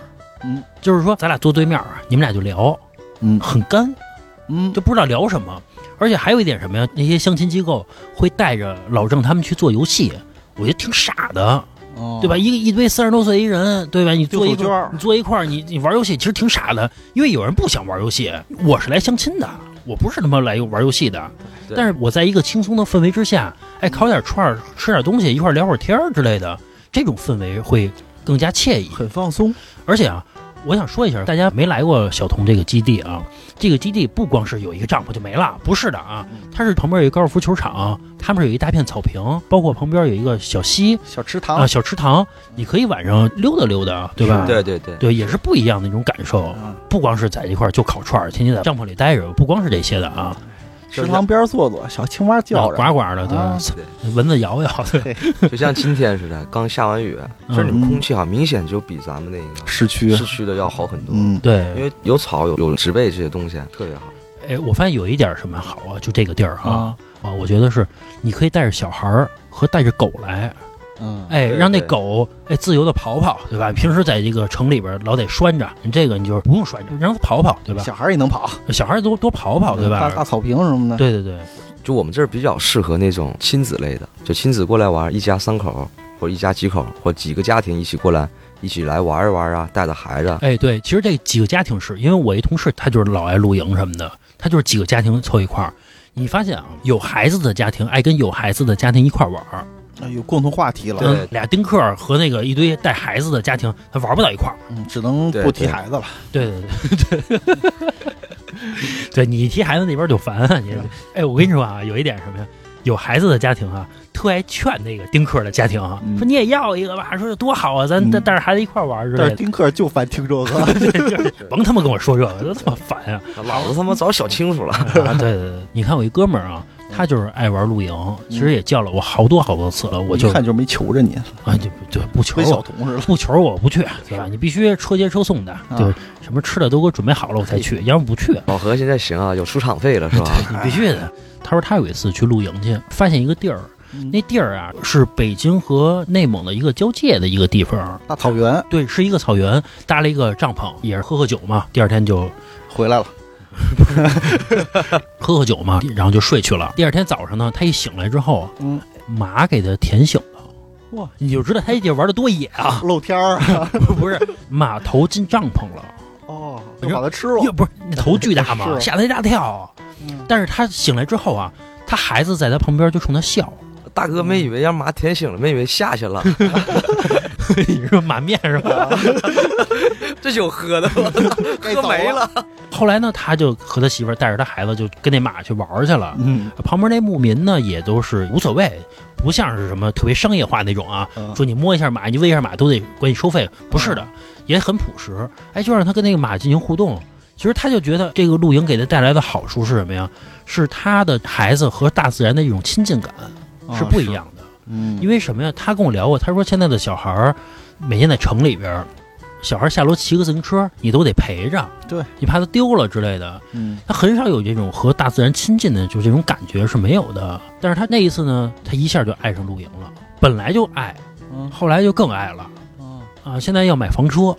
Speaker 2: 嗯，
Speaker 1: 就是说咱俩坐对面儿，啊你们俩就聊，
Speaker 2: 嗯
Speaker 1: 很干，
Speaker 2: 嗯，
Speaker 1: 就不知道聊什么。而且还有一点什么呀？那些相亲机构会带着老郑他们去做游戏，我觉得挺傻的，
Speaker 2: 哦
Speaker 1: 对吧？？一个一堆三十多岁一人，对吧？你坐一
Speaker 2: 就手绢
Speaker 1: 个
Speaker 2: 儿，
Speaker 1: 你坐一块儿，你你玩游戏其实挺傻的，因为有人不想玩游戏，我是来相亲的。我不是他妈来玩游戏的，
Speaker 3: 对
Speaker 1: 但是我在一个轻松的氛围之下，哎，烤点串儿，吃点东西，一块儿聊会儿天儿之类的，这种氛围会更加惬意。
Speaker 2: 很放松。
Speaker 1: 而且啊，我想说一下，大家没来过小童这个基地啊，这个基地不光是有一个帐篷就没了，不是的啊，
Speaker 2: 嗯
Speaker 1: 它是旁边有一个高尔夫球场，他们是有一大片草坪，包括旁边有一个小溪
Speaker 2: 小池
Speaker 1: 啊、
Speaker 2: 塘，
Speaker 1: 小池塘，你可以晚上溜达溜达，对吧？
Speaker 2: 是
Speaker 3: 对对对，
Speaker 1: 对，也是不一样的一种感受，
Speaker 2: 嗯
Speaker 1: 不光是在一块儿就烤串儿，天天在帐篷里待着，不光是这些的啊，
Speaker 2: 池塘边坐坐，小青蛙叫着，
Speaker 1: 呱呱的，对吧
Speaker 2: 啊，
Speaker 1: 蚊子咬咬， 对，
Speaker 3: 就像今天似的，刚下完雨，这里
Speaker 2: 嗯
Speaker 3: 面空气啊，明显就比咱们那个
Speaker 2: 市区
Speaker 3: 市，区的要好很多，
Speaker 2: 嗯，
Speaker 1: 对，
Speaker 3: 因为有草有有植被这些东西特别好。
Speaker 1: 哎，我发现有一点什么好啊，就这个地儿啊，啊，我觉得是你可以带着小孩儿和带着狗来，
Speaker 2: 嗯，
Speaker 1: 哎，
Speaker 3: 啊对
Speaker 1: 让那
Speaker 3: 对
Speaker 1: 狗哎自由的跑跑，对吧？平时在这个城里边儿老得拴着，你这个你就不用拴着，让它跑跑，对吧？
Speaker 2: 小孩儿也能跑，
Speaker 1: 小孩儿多多跑
Speaker 3: 嗯
Speaker 1: 跑，对
Speaker 2: 大大
Speaker 1: 吧？
Speaker 2: 草坪什么的，
Speaker 1: 对对对，
Speaker 3: 就我们这儿比较适合那种亲子类的，就亲子过来玩，一家三口或者一家几口或几个家庭一起过来，一起来玩一玩啊，带着孩子。
Speaker 1: 哎对，其实这几个家庭是因为我一同事他就是老爱露营什么的，他就是几个家庭凑一块儿。你发现啊，有孩子的家庭爱跟有孩子的家庭一块儿玩儿，
Speaker 2: 哎有共同话题了，
Speaker 1: 嗯俩丁克儿和那个一堆带孩子的家庭，他玩不到一块儿。
Speaker 2: 嗯，只能
Speaker 3: 对
Speaker 2: 不提
Speaker 3: 对
Speaker 2: 孩子了。
Speaker 1: 对对对 对，对你一提孩子那边就烦啊！你
Speaker 2: 是
Speaker 1: 哎，我跟你说啊，有一点什么呀？有孩子的家庭啊，特爱劝那个丁克的家庭啊，
Speaker 2: 嗯
Speaker 1: 说你也要一个吧，说多好啊，咱
Speaker 2: 嗯
Speaker 1: 带带着孩子一块玩儿之
Speaker 2: 但
Speaker 1: 类的。
Speaker 2: 是丁克就烦听这个，
Speaker 1: 对就是甭他妈跟我说这个，都他妈烦啊！
Speaker 3: 老子他妈早想清楚了。
Speaker 1: 啊，对对对，你看我一哥们儿啊，
Speaker 2: 嗯
Speaker 1: 他就是爱玩露营，其实也叫了我好多好多次了，我就
Speaker 2: 一看就没求着你，
Speaker 1: 啊就就不求
Speaker 2: 跟小
Speaker 1: 我，
Speaker 2: 童似的。
Speaker 1: 不求我不去，对吧？你必须车接车送的，
Speaker 2: 啊
Speaker 1: 对，什么吃的都给我准备好了我才
Speaker 2: 哎
Speaker 1: 去，要不不去。
Speaker 3: 老何现在行啊，有出场费了是吧？
Speaker 1: 你必须得。他说他有一次去露营去，发现一个地儿，
Speaker 2: 嗯
Speaker 1: 那地儿啊是北京和内蒙的一个交界的一个地方，
Speaker 2: 大草原
Speaker 1: 对，是一个草原，搭了一个帐篷，也是喝喝酒嘛。第二天就
Speaker 2: 回来了，
Speaker 1: 喝喝酒嘛，然后就睡去了。第二天早上呢，他一醒来之后，啊
Speaker 2: 嗯，
Speaker 1: 马给他舔醒了。
Speaker 2: 哇，
Speaker 1: 你就知道他这地儿玩的多野啊！
Speaker 2: 露天 儿，
Speaker 1: 不是，马头进帐篷 了，
Speaker 2: 哦，就把它吃了
Speaker 1: 哎哟，。不是那头巨大嘛，
Speaker 2: 是啊
Speaker 1: 吓他一大跳。啊
Speaker 2: 嗯
Speaker 1: 但是他醒来之后啊，他孩子在他旁边就冲他笑，
Speaker 3: 大哥没以为让马舔醒了，没以为下去了，
Speaker 1: 你说马面是吧？
Speaker 3: 这酒喝的我
Speaker 2: 该
Speaker 3: 喝
Speaker 2: 走
Speaker 3: 没了。
Speaker 1: 后来呢，他就和他媳妇儿带着他孩子就跟那马去玩儿去了。
Speaker 2: 嗯，
Speaker 1: 旁边那牧民呢也都是无所谓，不像是什么特别商业化那种啊，
Speaker 2: 嗯
Speaker 1: 说你摸一下马，你喂一下马都得管你收费，不是的，也很朴实。哎，就让他跟那个马进行互动。其实他就觉得这个露营给他带来的好处是什么呀？是他的孩子和大自然的一种亲近感是不一样的。
Speaker 2: 啊嗯，
Speaker 1: 因为什么呀？他跟我聊过，他说现在的小孩儿每天在城里边儿，小孩儿下楼骑个自行车，你都得陪着，
Speaker 2: 对
Speaker 1: 你怕他丢了之类的。
Speaker 2: 嗯
Speaker 1: 他很少有这种和大自然亲近的，就这种感觉是没有的。但是他那一次呢，他一下就爱上露营了，本来就爱，
Speaker 2: 嗯
Speaker 1: 后来就更爱了
Speaker 2: 嗯
Speaker 1: 啊！现在要买房车，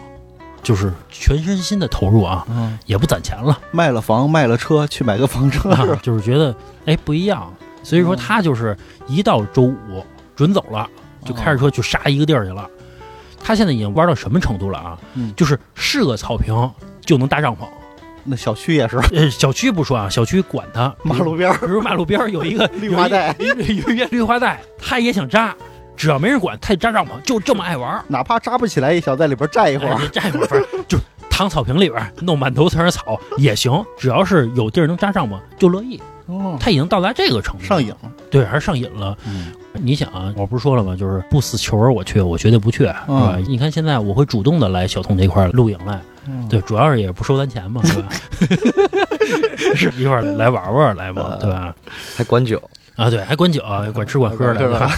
Speaker 1: 就是全身心的投入啊，
Speaker 2: 嗯，
Speaker 1: 也不攒钱了。
Speaker 2: 卖了房卖了车，去买个房车是
Speaker 1: 啊
Speaker 2: 吧？
Speaker 1: 就是觉得哎不一样，所以说
Speaker 2: 嗯
Speaker 1: 他就是一到周五准走了，
Speaker 2: 嗯
Speaker 1: 就开着车去杀一个地儿去了。他现在已经玩到什么程度了啊？
Speaker 2: 嗯
Speaker 1: 就是是个草坪就能搭帐篷。
Speaker 2: 那小区也是
Speaker 1: 呃，小区不说啊，小区管他，
Speaker 2: 马路边儿
Speaker 1: 比如马路边儿有一个
Speaker 2: 绿化带，
Speaker 1: 有一个有一个绿化带，他也想扎，只要没人管，他就扎帐篷，就这么爱玩儿。
Speaker 2: 哪怕扎不起来，也想在里边站一
Speaker 1: 一
Speaker 2: 会儿。
Speaker 1: 这一会儿反正就躺草坪里边儿弄满头全是草也行，只要是有地儿能扎帐篷就乐意。
Speaker 2: 哦，
Speaker 1: 他已经到达这个程度，
Speaker 2: 上瘾，了。
Speaker 1: 对，还是上瘾了。
Speaker 2: 嗯
Speaker 1: 你想啊，我不是说了吗？就是不死球儿我去，我绝对不去，是吧？你看现在我会主动的来小童这块儿露营来，
Speaker 2: 嗯
Speaker 1: 对，主要是也不收咱钱嘛，是吧？ 是一块儿来玩玩来嘛，对吧？
Speaker 3: 还管酒，
Speaker 1: 啊，对，还管酒，管吃管喝的，对吧？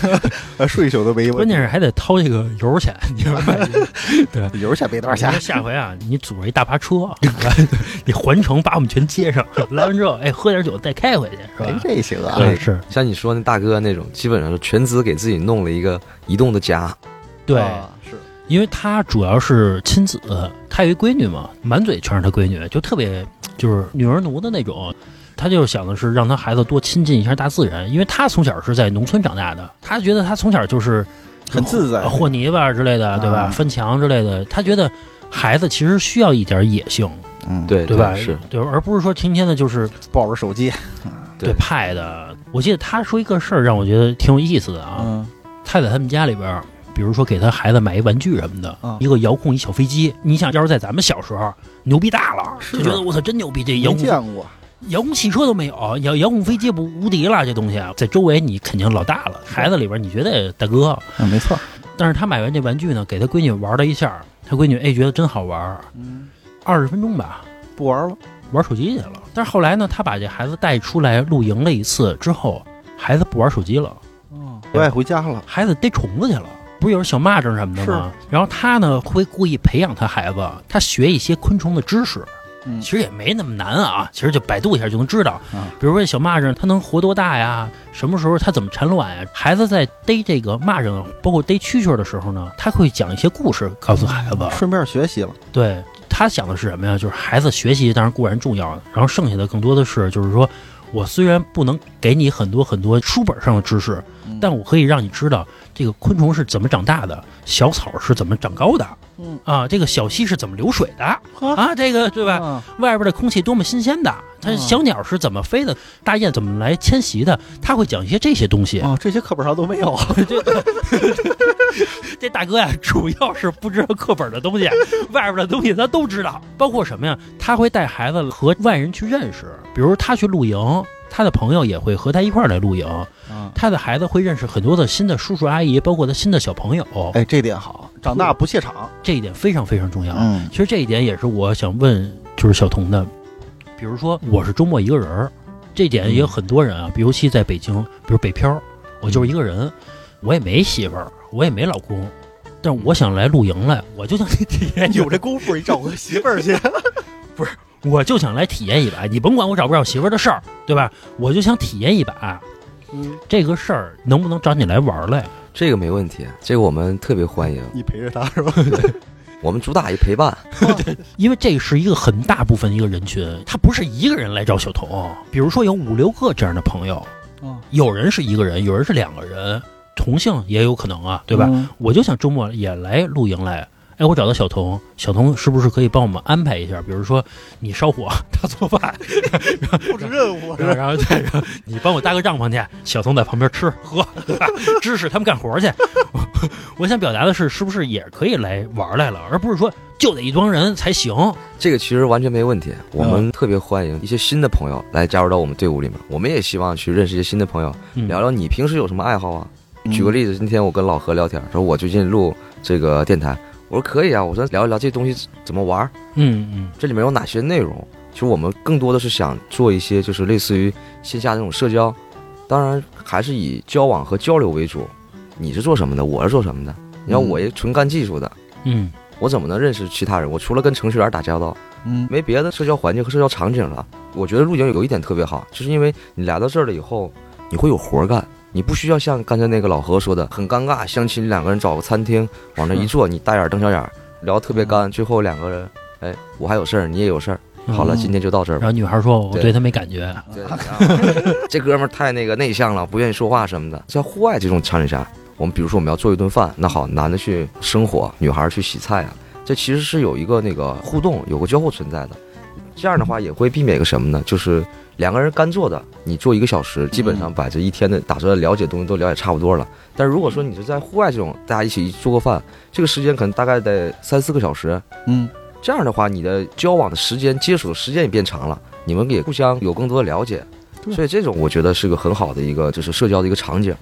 Speaker 2: 呃，睡一宿都没问
Speaker 1: 关
Speaker 2: 题。
Speaker 1: 键是还得掏这个油钱，你知道吗？
Speaker 2: 油钱没多少钱
Speaker 1: 你说，下回啊，你组织一大巴车，来 你环城把我们全接上，来完之后，哎，喝点酒再开回去，是
Speaker 2: 哎
Speaker 1: 吧，？
Speaker 2: 这行啊，
Speaker 1: 对，是，
Speaker 3: 像你说那大哥那种，基本上是全资给自己弄了一个移动的家，
Speaker 1: 对，
Speaker 2: 啊是
Speaker 1: 因为他主要是亲子，他有一闺女嘛，满嘴全是他闺女，就特别就是女儿奴的那种。他就想的是让他孩子多亲近一下大自然，因为他从小是在农村长大的，他觉得他从小就是呃
Speaker 2: 很自在。
Speaker 1: 和泥巴之类的，对吧？
Speaker 2: 啊
Speaker 1: 翻墙之类的，他觉得孩子其实需要一点野性，
Speaker 2: 嗯，
Speaker 3: 对
Speaker 1: 对吧？
Speaker 3: 是，
Speaker 1: 对，而不是说天天的就是
Speaker 2: 抱着手机，
Speaker 1: 对
Speaker 3: 对
Speaker 1: 派的。我记得他说一个事儿让我觉得挺有意思的啊，
Speaker 2: 嗯
Speaker 1: 他在他们家里边儿，比如说给他孩子买一玩具什么的，
Speaker 2: 嗯
Speaker 1: 一个遥控一小飞机。你想，要是在咱们小时候，牛逼大了，
Speaker 2: 是
Speaker 1: 就觉得我操真牛逼，这遥
Speaker 2: 没
Speaker 1: 控
Speaker 2: 见过，
Speaker 1: 遥控汽车都没有，遥遥控飞机不无敌了，这东西啊在周围你肯定老大了。孩子里边儿你觉得大哥，
Speaker 2: 嗯，没错，
Speaker 1: 但是他买完这玩具呢，给他闺女玩了一下，他闺女哎觉得真好玩儿，
Speaker 2: 嗯，
Speaker 1: 二十分钟吧，
Speaker 2: 不玩了，
Speaker 1: 玩手机去了。但是后来呢，他把这孩子带出来露营了一次之后，孩子不玩手机了。
Speaker 2: 嗯，不爱回家了，
Speaker 1: 孩子逮虫子去了，不是有小蚂蚱什么的吗？然后他呢会故意培养他孩子，他学一些昆虫的知识，
Speaker 2: 嗯
Speaker 1: 其实也没那么难啊，其实就百度一下就能知道。
Speaker 2: 嗯
Speaker 1: 比如说这小蚂蚱它能活多大呀？什么时候它怎么产卵呀？孩子在逮这个蚂蚱，包括逮蛐蛐的时候呢，他会讲一些故事告诉孩子。
Speaker 2: 顺便学习了，
Speaker 1: 对他想的是什么呀？就是孩子学习当然固然重要，然后剩下的更多的是就是说。我虽然不能给你很多很多书本上的知识，
Speaker 2: 嗯
Speaker 1: 但我可以让你知道这个昆虫是怎么长大的，小草是怎么长高的，
Speaker 2: 嗯
Speaker 1: 啊，这个小溪是怎么流水的
Speaker 2: 呵
Speaker 1: 啊，这个对吧？
Speaker 2: 吧？
Speaker 1: 外边的空气多么新鲜的，它
Speaker 2: 嗯
Speaker 1: 小鸟是怎么飞的，大雁怎么来迁徙的，他会讲一些这些东西。
Speaker 2: 哦，这些课本上都没有，
Speaker 1: 这大哥呀、主要是不知道课本的东西，啊外边的东西他都知道，包括什么呀？他会带孩子和外人去认识，比如他去露营，他的朋友也会和他一块儿来露营，
Speaker 2: 嗯，
Speaker 1: 他的孩子会认识很多的新的叔叔阿姨，包括他新的小朋友。
Speaker 2: 哎，这点好，长大不怯场，
Speaker 1: 这一点非常非常重要。
Speaker 2: 嗯
Speaker 1: 其实这一点也是我想问，就是小童的，比如说我是周末一个人儿，这点也有很多人啊，
Speaker 2: 嗯
Speaker 1: 比尤其在北京，比如北漂，我就是一个人，我也没媳妇儿，我也没老公，但是我想来露营来，我就想去体验，
Speaker 2: 有这功夫，你找个媳妇 儿去，
Speaker 1: 我就想来体验一把，你甭管我找不找媳妇儿的事儿，对吧？我就想体验一把
Speaker 2: 嗯，
Speaker 1: 这个事儿，能不能找你来玩儿来？
Speaker 3: 这个没问题，这个我们特别欢迎。
Speaker 2: 你陪着他是吧？
Speaker 3: 我们主打一陪伴，
Speaker 1: 因为这是一个很大部分一个人群，他不是一个人来找小童，比如说有五六个这样的朋友，
Speaker 2: 嗯，
Speaker 1: 有人是一个人，有人是两个人，同性也有可能啊，对吧？
Speaker 2: 嗯？
Speaker 1: 我就想周末也来露营来。哎，我找到小童，小童是不是可以帮我们安排一下？比如说你烧火，他做 饭，
Speaker 2: 布置任务
Speaker 1: 然后然后对，然后你帮我搭个帐篷去，小童在旁边吃喝， 对吧支持他们干活去。 我想表达的是，是不是也可以来玩来了，而不是说就得一帮人才行？
Speaker 3: 这个其实完全没问题。我们
Speaker 1: 嗯
Speaker 3: 特别欢迎一些新的朋友来加入到我们队伍里面，我们也希望去认识一些新的朋友，
Speaker 1: 嗯
Speaker 3: 聊聊你平时有什么爱好啊？举个，例子，今天我跟老何聊天，说我最近录这个电台，我说可以啊，我说聊一聊这东西怎么玩儿，
Speaker 1: 嗯嗯，
Speaker 3: 这里面有哪些内容。其实我们更多的是想做一些就是类似于线下那种社交，当然还是以交往和交流为主。你是做什么的，我是做什么的。你看
Speaker 2: 嗯
Speaker 3: 我一纯干技术的，
Speaker 1: 嗯
Speaker 3: 我怎么能认识其他人？我除了跟程序员打交道，
Speaker 2: 嗯
Speaker 3: 没别的社交环境和社交场景了。我觉得露营有一点特别好，就是因为你来到这儿了以后，你会有活儿干，你不需要像刚才那个老何说的很尴尬，相亲两个人找个餐厅往那一坐，你大眼瞪小眼儿聊特别干，最后两个人，哎，我还有事儿，你也有事儿，好了，
Speaker 2: 嗯
Speaker 3: 今天就到这儿
Speaker 1: 然
Speaker 3: 吧。
Speaker 1: 后女孩说我
Speaker 3: 对
Speaker 1: 对他没感觉，
Speaker 3: 对， 这哥们儿太那个内向了，不愿意说话什么的。在户外这种场景下，我们比如说我们要做一顿饭，那好，男的去生火，女孩儿去洗菜啊，这其实是有一个那个互动，有个交互存在的。这样的话也会避免一个什么呢？就是两个人干坐的，你坐一个小时，基本上把这一天的打算了解的东西都了解差不多了。但如果说你是在户外这种，大家一起做个饭，这个时间可能大概在三四个小时，
Speaker 2: 嗯
Speaker 3: 这样的话，你的交往的时间、接触的时间也变长了，你们也互相有更多的了解，
Speaker 2: 对
Speaker 3: 所以这种我觉得是个很好的一个就是社交的一个场景。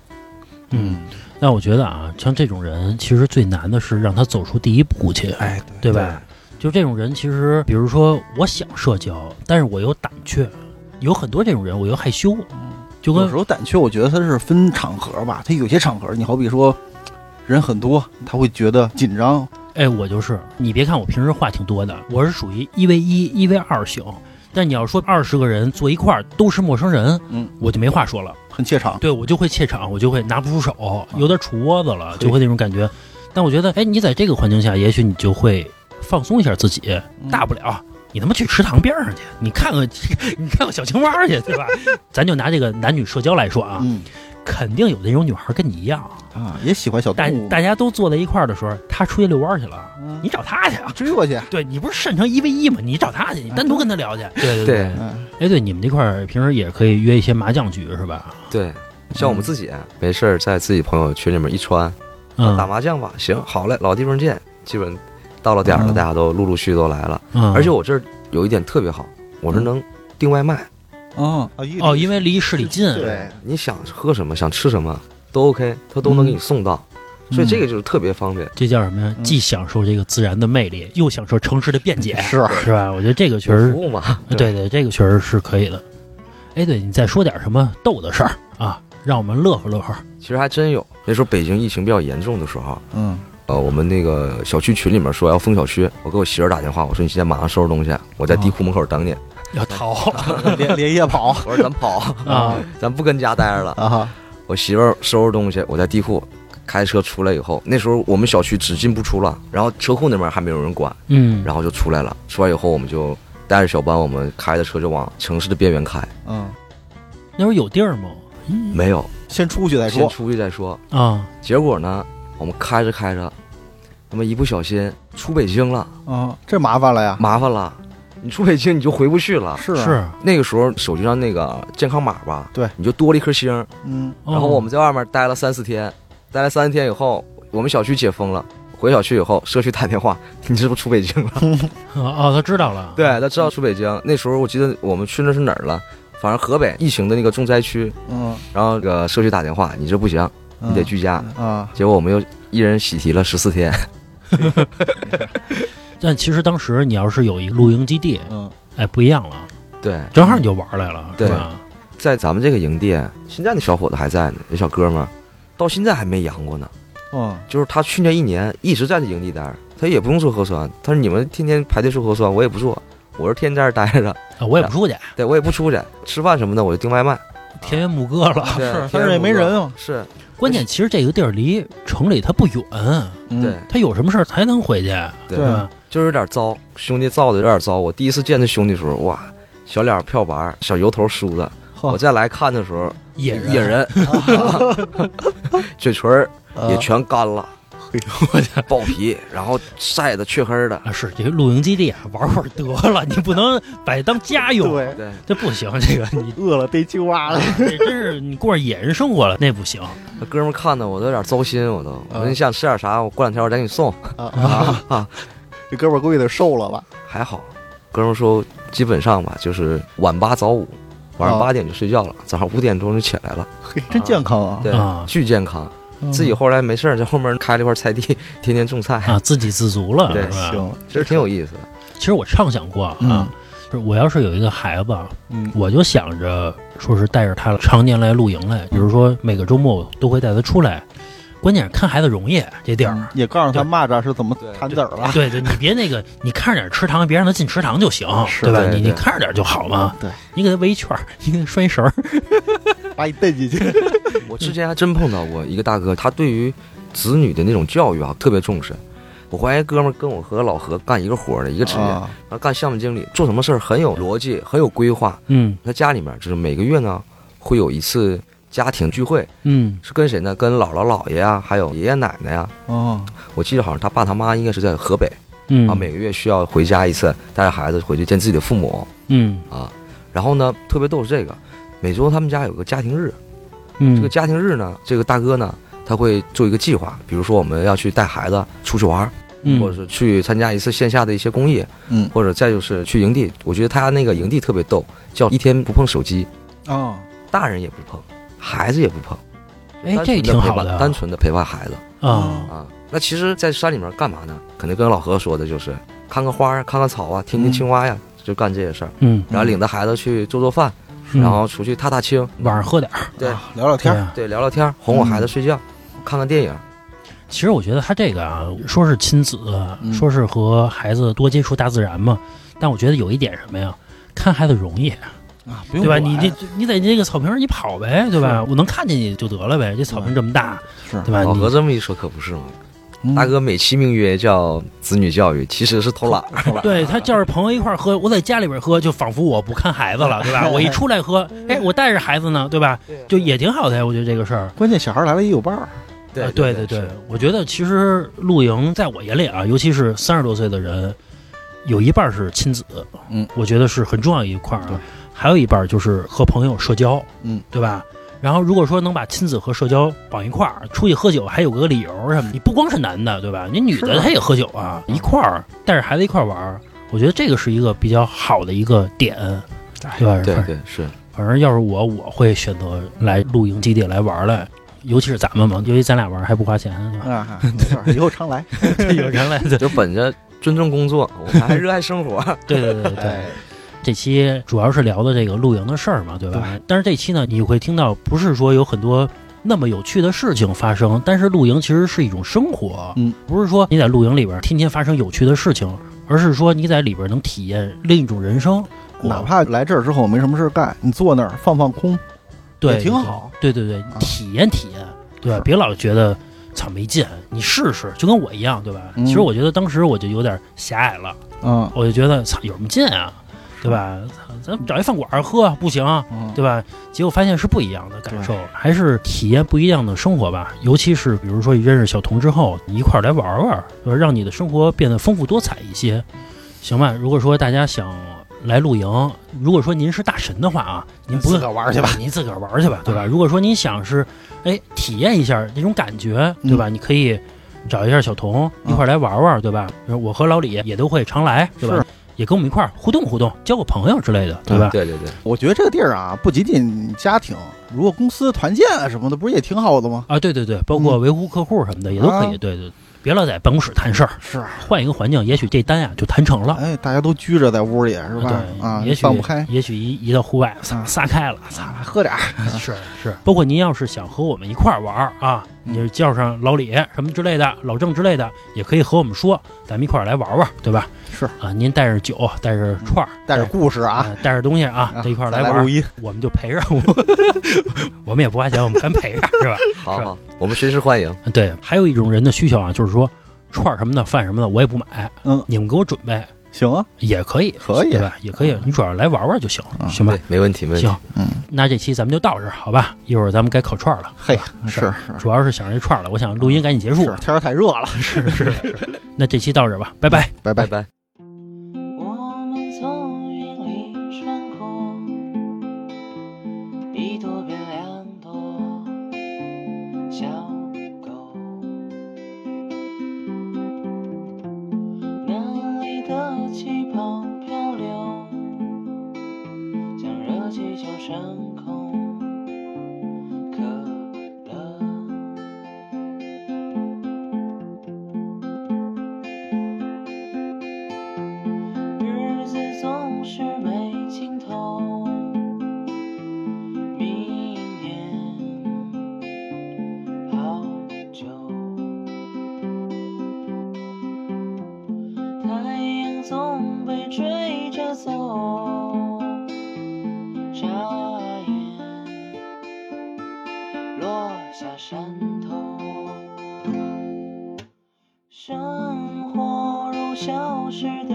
Speaker 1: 嗯，但我觉得啊，像这种人，其实最难的是让他走出第一步去，
Speaker 2: 哎
Speaker 1: 对吧？就这种人，其实比如说我想社交，但是我又胆怯，有很多这种人，我又害羞，就
Speaker 2: 有
Speaker 1: 跟
Speaker 2: 时候胆怯，我觉得它是分场合吧。它有些场合，你好比说人很多，他会觉得紧张。
Speaker 1: 哎，我就是，你别看我平时话挺多的，我是属于一 v 一、一 v 二型，但你要说二十个人坐一块儿都是陌生人，
Speaker 2: 嗯，
Speaker 1: 我就没话说了，
Speaker 2: 很怯场。
Speaker 1: 对我就会怯场，我就会拿不出手，有点杵窝子了，就会那种感觉。但我觉得，哎，你在这个环境下，也许你就会放松一下自己，大不了你他妈去池塘边上去，你看看，你看看小青蛙去，对吧？ 咱就拿这个男女社交来说啊，
Speaker 2: 嗯
Speaker 1: 肯定有那种女孩跟你一样，
Speaker 2: 啊，也喜欢小
Speaker 1: 大
Speaker 2: 动物，
Speaker 1: 大家都坐在一块儿的时候，她出去遛弯去了，
Speaker 2: 嗯
Speaker 1: 你找她去啊。
Speaker 2: 追过去。
Speaker 1: 对你不是擅长一 v 一吗？你找她去，你单独跟她聊去。对
Speaker 3: 对
Speaker 2: 嗯，
Speaker 1: 哎，对，你们那块儿平时也可以约一些麻将局是吧？
Speaker 3: 对，像我们自己啊没事儿在自己朋友群里面一穿，打
Speaker 1: 嗯
Speaker 3: 麻将吧，行，好嘞，老地方见。基本到了点儿了，
Speaker 2: 嗯
Speaker 3: 大家都陆陆续续都来了。
Speaker 1: 嗯，
Speaker 3: 而且我这儿有一点特别好，我这儿能订外卖，
Speaker 2: 哦
Speaker 1: 哦，因为离市里近，
Speaker 2: 对，
Speaker 3: 你想喝什么，想吃什么都 OK，他都能
Speaker 1: 嗯
Speaker 3: 给你送到，所以这个就是特别方便。
Speaker 1: 这叫什么呀？
Speaker 2: 嗯
Speaker 1: 既享受这个自然的魅力，又享受城市的便捷，
Speaker 2: 是
Speaker 1: 是吧？我觉得这个确
Speaker 3: 有
Speaker 1: 实
Speaker 3: 服务嘛，
Speaker 1: 对对，这个确实是可以的。哎，对你再说点什么逗的事儿啊，让我们乐呵乐呵。
Speaker 3: 其实还真有。那时候北京疫情比较严重的时候，
Speaker 2: 嗯
Speaker 3: 呃，我们那个小区群里面说要封小区，我给我媳妇儿打电话，我说你现在马上收拾东西，啊我在地库门口等你。
Speaker 1: 要逃
Speaker 2: 连连夜跑
Speaker 3: 啊 我说咱跑，
Speaker 1: 啊！
Speaker 3: 咱不跟家待着了。
Speaker 2: 啊哈，
Speaker 3: 我媳妇儿收拾东西，我在地库开车出来以后，那时候我们小区只进不出了，然后车库那边还没有人管，
Speaker 1: 嗯，
Speaker 3: 然后就出来了。出来以后，我们就带着小班，我们开着车就往城市的边缘开。
Speaker 2: 嗯，
Speaker 1: 那时候有地儿吗？
Speaker 3: 没有，
Speaker 2: 先出去再
Speaker 3: 先
Speaker 2: 说。
Speaker 3: 出去再说。
Speaker 1: 啊，
Speaker 3: 结果呢，我们开着开着，他妈一不小心出北京了，
Speaker 2: 啊，这麻烦了呀。
Speaker 3: 麻烦了。你出北京你就回不去了，
Speaker 2: 是啊，
Speaker 1: 是，
Speaker 3: 那个时候手机上那个健康码吧，
Speaker 2: 对，
Speaker 3: 你就多了一颗星儿。
Speaker 2: 嗯
Speaker 3: 然后
Speaker 1: 哦
Speaker 3: 我们在外面待了三四天，待了三四天以后，我们小区解封了。回小区以后，社区打电话， 你是不是出北京了？
Speaker 1: 哦，他知道了，
Speaker 3: 对，他知道出北京。那时候我记得我们去那是哪儿了，反正河北疫情的那个重灾区，
Speaker 2: 嗯，
Speaker 3: 然后那个社区打电话，你这不行，你得居家。
Speaker 2: 啊，
Speaker 3: 结果我们又一人喜提了十四天，
Speaker 1: 但其实当时你要是有一露营基地，
Speaker 2: 嗯
Speaker 1: 哎，不一样了，
Speaker 3: 对，
Speaker 1: 正好你就玩儿来了，是
Speaker 3: 对
Speaker 1: 吧？
Speaker 3: 在咱们这个营地，现在那小伙子还在呢，那小哥们儿到现在还没阳过呢。
Speaker 2: 嗯，
Speaker 3: 就是他去年一年一直在这营地待着，他也不用做核酸。他说你们天天排队做核酸，我也不做，我是天天在这儿待着，
Speaker 1: 啊我也不出去，
Speaker 3: 对我也不出去吃饭什么的，我就订外卖。
Speaker 1: 田园牧歌了。
Speaker 3: 对
Speaker 2: 是，
Speaker 3: 天
Speaker 2: 但
Speaker 3: 天
Speaker 2: 是也没
Speaker 3: 不饿
Speaker 2: 人啊。
Speaker 3: 是
Speaker 1: 关键其实这个地儿离城里它不远，
Speaker 2: 嗯
Speaker 3: 对，
Speaker 1: 他有什么事儿才能回去，
Speaker 3: 对
Speaker 1: 是吧？
Speaker 3: 就是有点糟，兄弟造的有点糟。我第一次见他兄弟的时候，哇，小脸漂白，小油头梳子。
Speaker 2: 呵
Speaker 3: 我再来看的时候，
Speaker 1: 野人，
Speaker 3: 野人，嘴唇儿嗯也
Speaker 2: 啊
Speaker 3: 全干了，爆皮，然后晒得黢黑的。
Speaker 1: 啊，是这个露营基地啊，玩会儿得了，你不能把它当家用，
Speaker 2: 对，
Speaker 3: 对，
Speaker 1: 这不行， 这个你
Speaker 2: 饿了逮青蛙了。
Speaker 1: 这真是你过上野人生活了，那不行。
Speaker 3: 那哥们儿看的我都有点糟心，我都。我说
Speaker 2: 啊
Speaker 3: 你想吃点啥？我过两天我再给你送。
Speaker 2: 啊啊啊！这哥们儿估计得瘦了吧？
Speaker 3: 还好，哥们儿说基本上吧，就是晚八早五，晚上
Speaker 2: 啊
Speaker 3: 八点就睡觉了，早上五点钟就起来了，
Speaker 2: 嘿，真健康啊！嗯
Speaker 3: 对，
Speaker 1: 啊
Speaker 3: 巨健康。自己后来没事儿在后面开了一块菜地，天天种菜，
Speaker 1: 啊，自给自足了，
Speaker 3: 对
Speaker 1: 是吧？
Speaker 2: 行，
Speaker 3: 其实挺有意思的。
Speaker 1: 其实我畅想过啊
Speaker 2: 嗯，
Speaker 1: 就是我要是有一个孩子，
Speaker 2: 嗯
Speaker 1: 我就想着说是带着他常年来露营来，比如说每个周末我都会带他出来，关键是看孩子容易这地儿。
Speaker 2: 嗯也告诉他蚂蚱是怎么
Speaker 3: 对
Speaker 2: 弹籽儿 了。
Speaker 1: 对对，你别那个，你看着点池塘，别让他进池塘就行，
Speaker 2: 是
Speaker 1: 对吧？
Speaker 3: 对
Speaker 1: 你
Speaker 3: 对
Speaker 1: 你看着点就好嘛。
Speaker 2: 啊对，
Speaker 1: 你给他围一圈儿，你给他拴一绳儿。
Speaker 2: 把你蹬进去。
Speaker 3: 我之前还真碰到过一个大哥，他对于子女的那种教育啊特别重视。我怀疑哥们儿跟我和老何干一个活儿的一个职业，然
Speaker 2: 啊，
Speaker 3: 后干项目经理，做什么事儿很有逻辑，很有规划。
Speaker 1: 嗯
Speaker 3: 他家里面就是每个月呢会有一次家庭聚会，
Speaker 1: 嗯
Speaker 3: 是跟谁呢？跟姥姥姥爷啊，还有爷爷奶奶呀、
Speaker 2: 哦，
Speaker 3: 我记得好像他爸他妈应该是在河北
Speaker 1: 嗯
Speaker 3: 啊，每个月需要回家一次，带着孩子回去见自己的父母
Speaker 1: 嗯
Speaker 3: 啊。然后呢，特别逗是这个，每周他们家有个家庭日，
Speaker 1: 嗯
Speaker 3: 这个家庭日呢，这个大哥呢，他会做一个计划，比如说我们要去带孩子出去玩儿，
Speaker 1: 嗯
Speaker 3: 或者是去参加一次线下的一些公益，
Speaker 2: 嗯，
Speaker 3: 或者再就是去营地。我觉得他那个营地特别逗，叫一天不碰手机，
Speaker 2: 哦，
Speaker 3: 大人也不碰，孩子也不碰，
Speaker 1: 哎
Speaker 3: 单纯地
Speaker 1: 这个挺好
Speaker 3: 陪
Speaker 1: 的
Speaker 3: 伴
Speaker 1: 啊
Speaker 3: 单纯的陪伴孩子
Speaker 1: 啊
Speaker 3: 啊。那其实，在山里面干嘛呢？可能跟老何说的就是看看花儿啊，看看草啊，听听青蛙呀，就干这些事儿。
Speaker 1: 嗯，
Speaker 3: 然后领着孩子去做做饭，
Speaker 1: 嗯
Speaker 3: 然后出去踏踏青，
Speaker 1: 晚上喝点儿。
Speaker 3: 对
Speaker 2: 啊聊聊
Speaker 1: 对
Speaker 2: 天儿。
Speaker 1: 啊，
Speaker 3: 对，聊聊天儿，哄哄孩子
Speaker 2: 嗯
Speaker 3: 睡觉，看看电影。
Speaker 1: 其实我觉得他这个啊，说是亲子，呃
Speaker 2: 嗯
Speaker 1: 说是和孩子多接触大自然嘛，但我觉得有一点什么呀？看孩子容易，
Speaker 2: 啊，不
Speaker 1: 对
Speaker 2: 用
Speaker 1: 吧？
Speaker 2: 管
Speaker 1: 你这你在这个草坪上你跑呗，对吧？我能看见你就得了呗。这草坪这么大，
Speaker 2: 是
Speaker 1: 对吧？
Speaker 3: 老
Speaker 1: 你
Speaker 3: 何这么一说可不是嘛，
Speaker 2: 嗯
Speaker 3: 大哥美其名曰叫子女教育，其实是偷懒儿。
Speaker 1: 对他叫着朋友一块儿喝，我在家里边喝，就仿佛我不看孩子了，对吧？我一出来喝， 哎，我带着孩子呢，对吧？就也挺好的呀，我觉得这个事儿。
Speaker 2: 关键小孩来了也有伴儿，
Speaker 1: 啊对对对，我觉得其实露营在我眼里啊，尤其是三十多岁的人，有一半儿是亲子，
Speaker 2: 嗯，
Speaker 1: 我觉得是很重要一块儿
Speaker 2: 对
Speaker 1: 啊，还有一半儿就是和朋友社交，
Speaker 2: 嗯，
Speaker 1: 对吧？然后如果说能把亲子和社交绑一块儿，出去喝酒还有个理由什么，你不光是男的，对吧？你女
Speaker 2: 是
Speaker 1: 的
Speaker 2: 啊
Speaker 1: 她也喝酒啊，一块儿带着孩子一块儿玩儿，我觉得这个是一个比较好的一个点，
Speaker 2: 哎
Speaker 1: 对吧？
Speaker 3: 对对是，
Speaker 1: 反正要是我，我会选择来露营基地来玩儿来，尤其是咱们嘛，尤其咱俩玩儿还不花钱，对吧？
Speaker 2: 啊，没事儿，以后常来。
Speaker 1: 有人来的，
Speaker 3: 就本着尊重工作，我们还热爱生活。
Speaker 1: 对对对对对。
Speaker 2: 哎
Speaker 1: 这期主要是聊的这个露营的事儿嘛，对吧？但是这期呢，你会听到不是说有很多那么有趣的事情发生，但是露营其实是一种生活，
Speaker 2: 嗯，
Speaker 1: 不是说你在露营里边天天发生有趣的事情，而是说你在里边能体验另一种人生，
Speaker 2: 哪怕来这儿之后没什么事儿干，你坐那儿放放空，
Speaker 1: 对
Speaker 2: 也挺好。啊嗯
Speaker 1: 对对对，体验体验，对吧？别老觉得操没劲，你试试，就跟我一样，对吧？
Speaker 2: 嗯
Speaker 1: 其实我觉得当时我就有点狭隘了。
Speaker 2: 嗯
Speaker 1: 我就觉得操有什么劲啊，对吧？操咱们找一饭馆儿喝不行啊，
Speaker 2: 嗯，
Speaker 1: 对吧？结果发现是不一样的感受，还是体验不一样的生活吧。尤其是比如说你认识小童之后，你一块儿来玩儿玩儿，对吧让你的生活变得丰富多彩一些，行吧？如果说大家想。来露营，如果说您是大神的话啊，您不用
Speaker 2: 自个儿玩儿 去吧，
Speaker 1: 您自个儿玩儿去吧，对吧？如果说您想是，哎，体验一下那种感觉，对
Speaker 2: 嗯
Speaker 1: 吧？你可以找一下小童一块儿来玩玩，对吧？我和老李也都会常来，对吧
Speaker 2: 是？嗯
Speaker 1: 也跟我们一块儿互动互动，交个朋友之类 的，对吧？
Speaker 3: 对对对，
Speaker 2: 我觉得这个地儿啊，不仅仅家庭，如果公司团建啊什么的，不是也挺好的吗？
Speaker 1: 啊，对对对，包括维护客户什么的也都可以，
Speaker 2: 嗯啊
Speaker 1: 对对。别老在办公室谈事儿，
Speaker 2: 是，啊
Speaker 1: 换一个环境，也许这单啊呀就谈成了，
Speaker 2: 哎，大家都拘着在屋里是吧？
Speaker 1: 对，
Speaker 2: 啊，
Speaker 1: 也许
Speaker 2: 放不开，
Speaker 1: 也许一一到户外，撒
Speaker 2: 啊
Speaker 1: 撒开了，撒
Speaker 2: 啊，喝点儿，
Speaker 1: 是是，包括您要是想和我们一块儿玩儿啊，你
Speaker 2: 嗯
Speaker 1: 就叫上老李什么之类的，老郑之类的，也可以和我们说，咱们一块儿来玩玩，对吧？
Speaker 2: 是
Speaker 1: 啊，您带着酒，带着串儿，
Speaker 2: 带着故事啊，
Speaker 1: 啊，带着东西啊，
Speaker 2: 啊
Speaker 1: 这一块儿
Speaker 2: 咱
Speaker 1: 来玩
Speaker 2: 录
Speaker 1: 儿，
Speaker 2: 音，
Speaker 1: 我们就陪着我们， 我们也不花钱，我们干陪着，是吧？
Speaker 3: 好
Speaker 1: 是
Speaker 3: 好，我们随时欢迎。
Speaker 1: 对，还有一种人的需求啊，就是说串儿什么的、饭什么的，我也不买，
Speaker 2: 嗯，
Speaker 1: 你们给我准备
Speaker 2: 行啊，
Speaker 1: 也可以，
Speaker 2: 可以
Speaker 1: 对吧？也可以，你主要来玩玩就行，
Speaker 2: 嗯
Speaker 1: 行吧
Speaker 3: 对？，没问题，没问题
Speaker 1: 行。，
Speaker 2: 嗯，
Speaker 1: 那这期咱们就到这儿，好吧？一会儿咱们该烤串儿了。
Speaker 2: 嘿，
Speaker 1: 是
Speaker 2: 是是
Speaker 1: 主要是想这串儿了，我想录音赶紧结束
Speaker 2: 是，。天儿太热了，
Speaker 1: 是是是，那这期到这儿吧，拜拜。
Speaker 2: 拜拜
Speaker 3: 拜。拜。
Speaker 4: 我们从云里穿过，一朵变两朵小狗。南里的气泡漂流，将热气球升空。可乐。日子总是没尽头，明年好久。被追着走，眨眼落下山头。生活如消失的